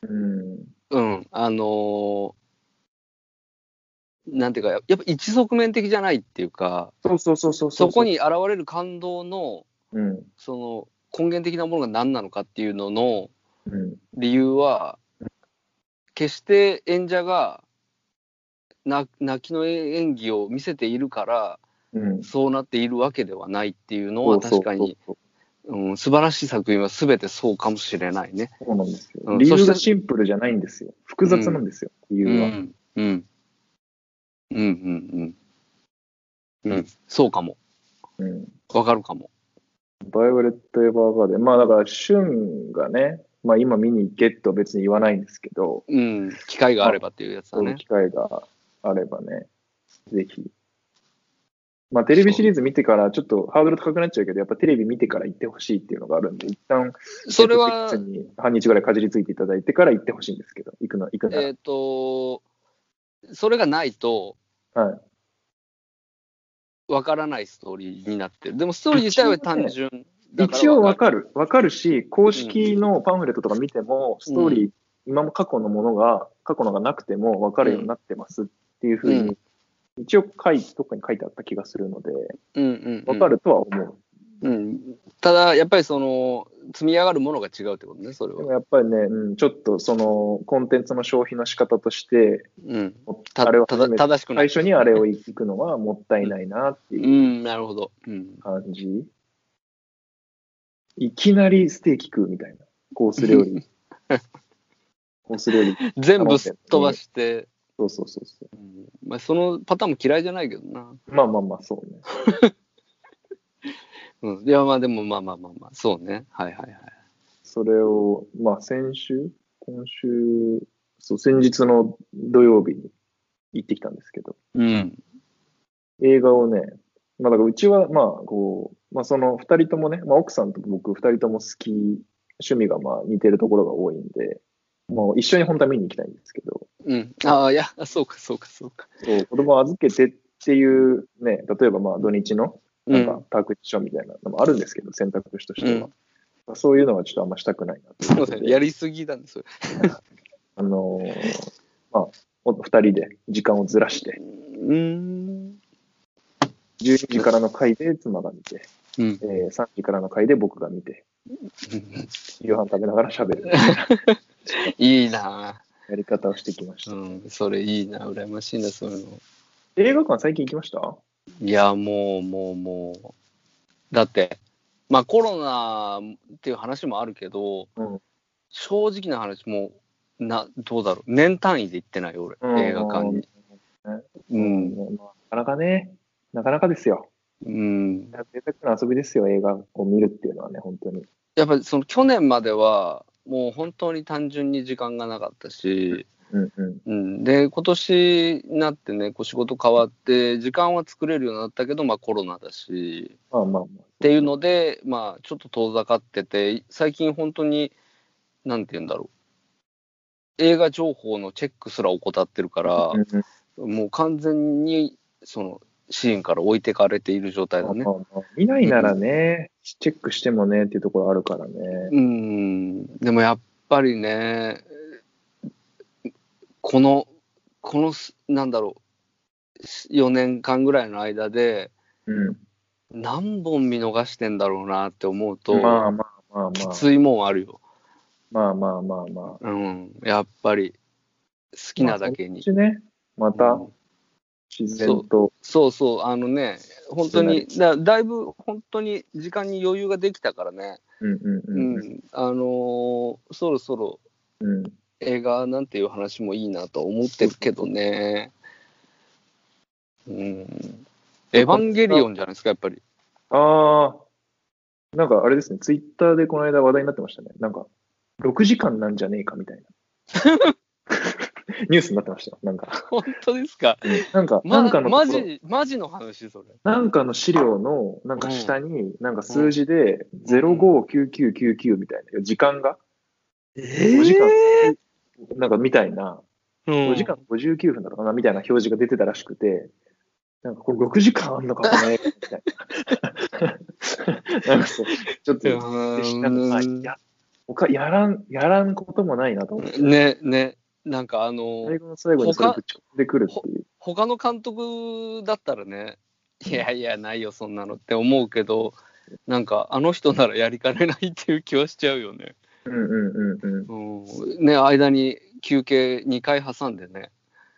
Speaker 3: うん。
Speaker 1: うん。あのなんていうか、ややっぱ一側面的じゃないっていうか、
Speaker 3: そうそうそうそう。
Speaker 1: そこ、に現れる感動の、
Speaker 3: うん。
Speaker 1: その根源的なものが何なのかっていうのの
Speaker 3: うん。
Speaker 1: 理由は、決して演者が泣泣きの演技を見せているから、
Speaker 3: うん。
Speaker 1: そうなっているわけではないっていうのは確かに、
Speaker 3: そう
Speaker 1: うん、素晴らしい作品は全てそうかもしれないね。
Speaker 3: そうそうなんですよ。
Speaker 1: うん
Speaker 3: 理由
Speaker 1: そし
Speaker 3: が
Speaker 1: て
Speaker 3: シンプルじゃないんですよ。複雑なんですよ、理
Speaker 1: う
Speaker 3: 由は。
Speaker 1: ん。うん。うんうんうん。うん、そうかも。
Speaker 3: うん。
Speaker 1: わかるかも。
Speaker 3: バイオレット・エヴァーガーデン。まあだから、シュンがね、まあ今見に行けとは別に言わないんですけど、
Speaker 1: うん。機会があればっていうやつだ
Speaker 3: そういう
Speaker 1: ね。
Speaker 3: 機会があればね、ぜひ。まあ、テレビシリーズ見てから、ちょっとハードル高くなっちゃうけど、やっぱテレビ見てから行ってほしいっていうのがあるんで、一旦、
Speaker 1: それは
Speaker 3: Netflix、に半日ぐらいかじりついていただいてから行ってほしいんですけど、行くの、行くなら。
Speaker 1: えっ、と、それがないと、
Speaker 3: はい。
Speaker 1: わからないストーリーになってる。でも、ストーリー自体は単純だから
Speaker 3: 一応わ
Speaker 1: わか
Speaker 3: かる。わかるし、公式のパンフレットとか見ても、ストーリー、今も過去のものが、過去のがなくてもわかるようになってますっていうふうに、
Speaker 1: うん
Speaker 3: 一応書い、どっかに書いてあった気がするので、
Speaker 1: る。うんうん、うん。
Speaker 3: わかるとは思う。
Speaker 1: うん。ただ、やっぱりその、積み上がるものが違うってことね、それ
Speaker 3: で
Speaker 1: は。
Speaker 3: もやっぱりね、うん、ちょっとそのコンテンツの消費の仕方として、
Speaker 1: うん。た
Speaker 3: あれを
Speaker 1: ただ
Speaker 3: 初めて
Speaker 1: 正しくな
Speaker 3: 最
Speaker 1: い。
Speaker 3: 初にあれを行くのはもったいないなって
Speaker 1: う、
Speaker 3: いうん
Speaker 1: なるほど。うん。
Speaker 3: 感じ。いきなりステーキ食うみたいな。コース料 理。コース料理。
Speaker 1: 全部すっ飛ばして、
Speaker 3: そうそうそうそ
Speaker 1: うんまあ、そのパターンも嫌いじゃないけどな。
Speaker 3: う。まあまあまあ、そうね。
Speaker 1: うん。いや、まあでも、まあまあまあまあ、そうね。はいはいはい。
Speaker 3: それを、まあ先週、今週、そう、先日の土曜日に行ってきたんですけど、
Speaker 1: うん。
Speaker 3: 映画をね、まあだからうちは、まあこう、まあその二人ともね、まあ奥さんと僕二人とも好き、趣味がまあ似てるところが多いんで、もう一緒に本当は見に行きたいんですけど、
Speaker 1: うん。ああ、いや、そうかそうかそうか。
Speaker 3: そう子供を預けてっていうね、例えばまあ土日のなんかタークションみたいなのもあるんですけど、選択肢としては。そういうのはちょっとあんましたくないな
Speaker 1: すいません。やりすぎなんですよ。
Speaker 3: あのーまあ、お二人で時間をずらして、
Speaker 1: うん。
Speaker 3: 12時からの回で妻が見て、
Speaker 1: うん
Speaker 3: え。ー3時からの回で僕が見て、夕飯食べながら喋る
Speaker 1: いいな
Speaker 3: やり方をしてきまし
Speaker 1: ぁ。
Speaker 3: た。
Speaker 1: うん。それいいな羨ましいな、そういうの。
Speaker 3: 映画館最近行きました
Speaker 1: いや、もう、もう、もう。だって、まあコロナっていう話もあるけど、
Speaker 3: うん
Speaker 1: 正直な話、もう、な、どうだろう。年単位で行ってないよ、
Speaker 3: うん
Speaker 1: 俺。映画館に。う。
Speaker 3: うんんまあなかなかね、なかなかですよ。
Speaker 1: うん。
Speaker 3: 贅沢な遊びですよ、映画を見るっていうのはね、本当に。
Speaker 1: やっぱりその去年までは、もう本当に単純に時間がなかったし、
Speaker 3: うんうん。
Speaker 1: うん、で、今年になってね、こう仕事変わって、時間は作れるようになったけど、まあコロナだし、
Speaker 3: まあまあまあ。
Speaker 1: っていうので、まあ、ちょっと遠ざかってて、最近本当に、なんて言うんだろう。映画情報のチェックすら怠ってるから、
Speaker 3: うんうん
Speaker 1: もう完全に、その、シーンから置いてかれている状態だね
Speaker 3: ま。あまあ見ないならね、チェックしてもねっていうところあるからね。
Speaker 1: うん、でもやっぱりね、この、このす、なんだろう、4年間ぐらいの間で、
Speaker 3: うん。
Speaker 1: 何本見逃してんだろうなって思うと、
Speaker 3: まあまあまあまあ。
Speaker 1: きついもんあるよ。
Speaker 3: まあまあまあまあ。好
Speaker 1: うん、やっぱり、好きなだけに。
Speaker 3: ね、ま
Speaker 1: う
Speaker 3: た
Speaker 1: ん
Speaker 3: 自然と。
Speaker 1: そうそう、あのね、本当に、だだいぶ本当に時間に余裕ができたからね、
Speaker 3: うんうん
Speaker 1: う
Speaker 3: うん
Speaker 1: ん、
Speaker 3: うん。
Speaker 1: あのーそろそろ
Speaker 3: うん
Speaker 1: 映画なんていう話もいいなとは思ってるけどね。うん。エヴァンゲリオンじゃないですか、やっ ぱり。
Speaker 3: ああ、なんかあれですね、ツイッターでこの間話題になってましたね。なんか、6時間なんじゃねえかみたいな。 ニュースになってましたよ。なんか、
Speaker 1: 本当ですか。
Speaker 3: なんか、
Speaker 1: ま、
Speaker 3: なんかのとこ
Speaker 1: マ
Speaker 3: ろ
Speaker 1: ジ、マジの話、それ。
Speaker 3: なんかの資料の、なんか下に、なんか数字で、059999みたいな、時間が、
Speaker 1: え
Speaker 3: お時間なんかみたいな、
Speaker 1: うん
Speaker 3: 5時間59分だったかな、みたいな表示が出てたらしくて、なんかこれ6時間あんのか、この映画みたい な。なんかそう、ちょっと、なんかさ
Speaker 1: うん
Speaker 3: や、他やらん、やらんこともないなと思って、
Speaker 1: ね、ね、なんかあのー
Speaker 3: 最後の最後にそれぶち込んでくるっていう。
Speaker 1: 他の監督だったらね、いやいや、ないよ、そんなのって思うけど、なんか、あの人ならやりかねないっていう気はしちゃうよね。
Speaker 3: うんうんうんうん。
Speaker 1: うん、ね、間に休憩2回挟んでね、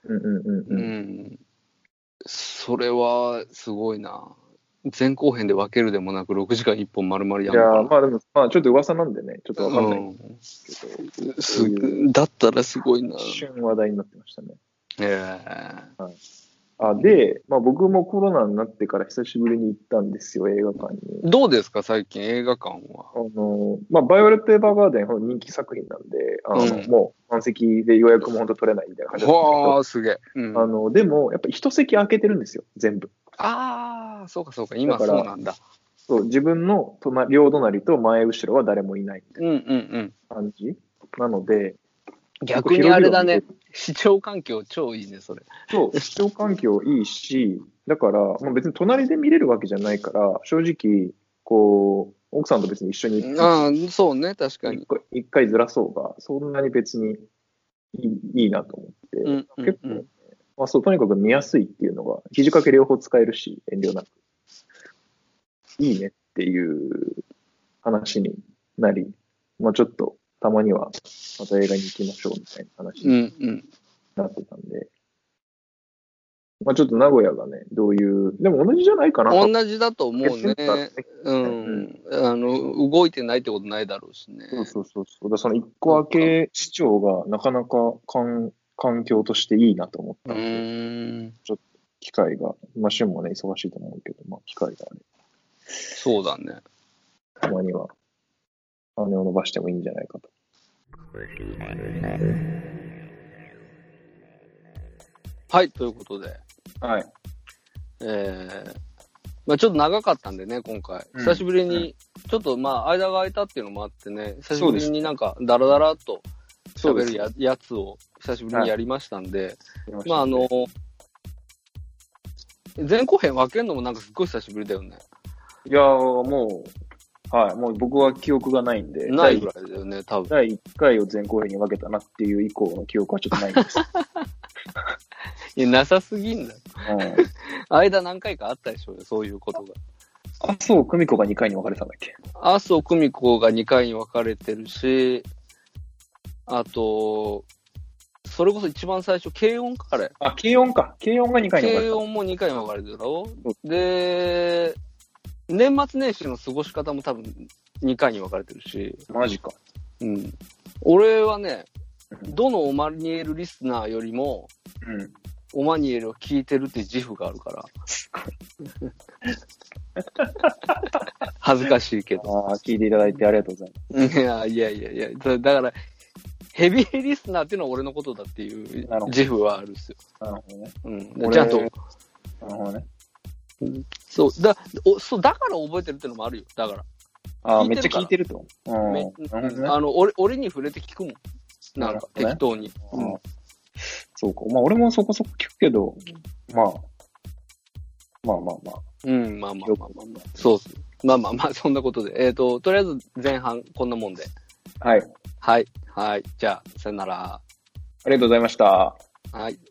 Speaker 3: うんうん
Speaker 1: う
Speaker 3: うんうん。
Speaker 1: ん、それはすごいな。前後編で分けるでもなく、6時間1本丸々
Speaker 3: い
Speaker 1: や
Speaker 3: や
Speaker 1: る
Speaker 3: ー、
Speaker 1: か
Speaker 3: まあでも、まあちょっと噂なんでね、ちょっと
Speaker 1: ら。
Speaker 3: わかんないんで
Speaker 1: うん
Speaker 3: すけど、
Speaker 1: すだったらすごいな。
Speaker 3: 一瞬話題になってましたね。
Speaker 1: え
Speaker 3: あで、まあ、僕もコロナになってから久しぶりに行ったんですよ、映画館に。
Speaker 1: えどうですか、最近映画館は。
Speaker 3: あのまあ、バイオレット・エヴァーガーデンは人気作品なんで、あの
Speaker 1: うん
Speaker 3: もう満席で予約も本当取れないみたいな感じなんですけ
Speaker 1: わ
Speaker 3: ど
Speaker 1: あ、すげえ。うん、
Speaker 3: あの、でも、やっぱ一席空けてるんですよ、全部。
Speaker 1: ああ、そうかそうか、今
Speaker 3: だから
Speaker 1: そうなんだ。
Speaker 3: そう自分の隣両隣と前後ろは誰もいない
Speaker 1: うんうんうん。
Speaker 3: 感じなので、
Speaker 1: 逆にあれだね、視聴環境超いいね、それ。
Speaker 3: そう、視聴環境いいし、だから、まあ、別に隣で見れるわけじゃないから、正直、こう、奥さんと別に一緒に行って
Speaker 1: ああ、そうね、確かに
Speaker 3: 一。回一回ずらそうが、そんなに別にいいいいなと思って、
Speaker 1: うんうん
Speaker 3: 結
Speaker 1: う
Speaker 3: 構、
Speaker 1: ん。
Speaker 3: まあ、そうとにかく見やすいっていうのが、肘掛け両方使えるし、遠慮なく、いいねっていう話になり、まあ、ちょっとたまにはまた映画に行きましょうみたいな話
Speaker 1: う
Speaker 3: に
Speaker 1: んうん。
Speaker 3: なってたんで、まあ、ちょっと名古屋がね、どういう、でも同じじゃないかな、
Speaker 1: 同じだと思うね。う。
Speaker 3: うん
Speaker 1: あの、動いてないってことないだろうしね。
Speaker 3: そうそうそうそう。だからその一個開け市長がなかなか環環境としていいなと思っ
Speaker 1: う
Speaker 3: たんで、
Speaker 1: ーん。
Speaker 3: 機会が、まあ、旬もね、忙しいと思うけど、まあ、機会があれ
Speaker 1: そうだね。
Speaker 3: たまには、羽を伸ばしてもいいんじゃないかと。
Speaker 1: はい、ということで。
Speaker 3: はい。
Speaker 1: えーまあ、ちょっと長かったんでね、今回。
Speaker 3: うん
Speaker 1: 久しぶりに、ちょっとまあ、間が空いたっていうのもあってね、久しぶ
Speaker 3: そうで
Speaker 1: り
Speaker 3: す
Speaker 1: になんか、ダラダラっと
Speaker 3: そうで
Speaker 1: 喋
Speaker 3: す
Speaker 1: るややつを久しぶりにやりましたんで、ま
Speaker 3: ま
Speaker 1: あ
Speaker 3: あ、
Speaker 1: あの、前後編分けるのもなんかすっごい久しぶりだよね。
Speaker 3: いやーもう、はい、もう僕は記憶がないんで、
Speaker 1: ないぐらいだよね、多分。
Speaker 3: 第1回を前後編に分けたなっていう以降の記憶はちょっとない んです。
Speaker 1: いや、なさすぎんだよ。
Speaker 3: うん
Speaker 1: 間何回かあったでしょうよ、そういうことが。
Speaker 3: あ、そう、久美子が2回に分かれたんだっけ
Speaker 1: 麻生久美子が2回に分かれてるし、あと、それこそ一番最初、軽音か、あれ。
Speaker 3: あ、軽音か。軽音が2回に分か
Speaker 1: 軽
Speaker 3: れた。
Speaker 1: 音も2回に分かれてるだろ
Speaker 3: そう
Speaker 1: で、年末年始の過ごし方も多分2回に分かれてるし、
Speaker 3: マジか。
Speaker 1: うん。俺はね、
Speaker 3: うん
Speaker 1: どのオマニエルリスナーよりも、
Speaker 3: うん。
Speaker 1: オマニエルを聞いてるっていう自負があるから。 恥ずかしいけど。
Speaker 3: ああ、聞いていただいてありがとうございます。
Speaker 1: いやいやいやいや、だだから、ヘビーリスナーっていうのは俺のことだっていう
Speaker 3: なるほど
Speaker 1: 自負はあるっすよ。
Speaker 3: なるほどね。
Speaker 1: うん。
Speaker 3: 俺
Speaker 1: ちゃんと、
Speaker 3: なるほどね。
Speaker 1: そう、だ、おそう、だから覚えてるっていうのもあるよ。だから。
Speaker 3: ああ、
Speaker 1: 聞い
Speaker 3: め
Speaker 1: て
Speaker 3: っ
Speaker 1: る
Speaker 3: ち
Speaker 1: か
Speaker 3: ゃ
Speaker 1: ら
Speaker 3: 聞いてると。うん。な
Speaker 1: め
Speaker 3: るほどね。
Speaker 1: あの、俺、俺に触れて聞くもん。なんか、
Speaker 3: な
Speaker 1: 適
Speaker 3: る
Speaker 1: 当に。
Speaker 3: うんそうか。まあ、俺もそこそこ聞くけど、まあ、まあまあまあ。
Speaker 1: うん、まあまあまあまあまあ。そうっす。まあまあまあ、 そんなことで。えっ、と、とりあえず前半こんなもんで。
Speaker 3: はい。
Speaker 1: はい。はい。じゃあ、さよなら。
Speaker 3: ありがとうございました。
Speaker 1: はい。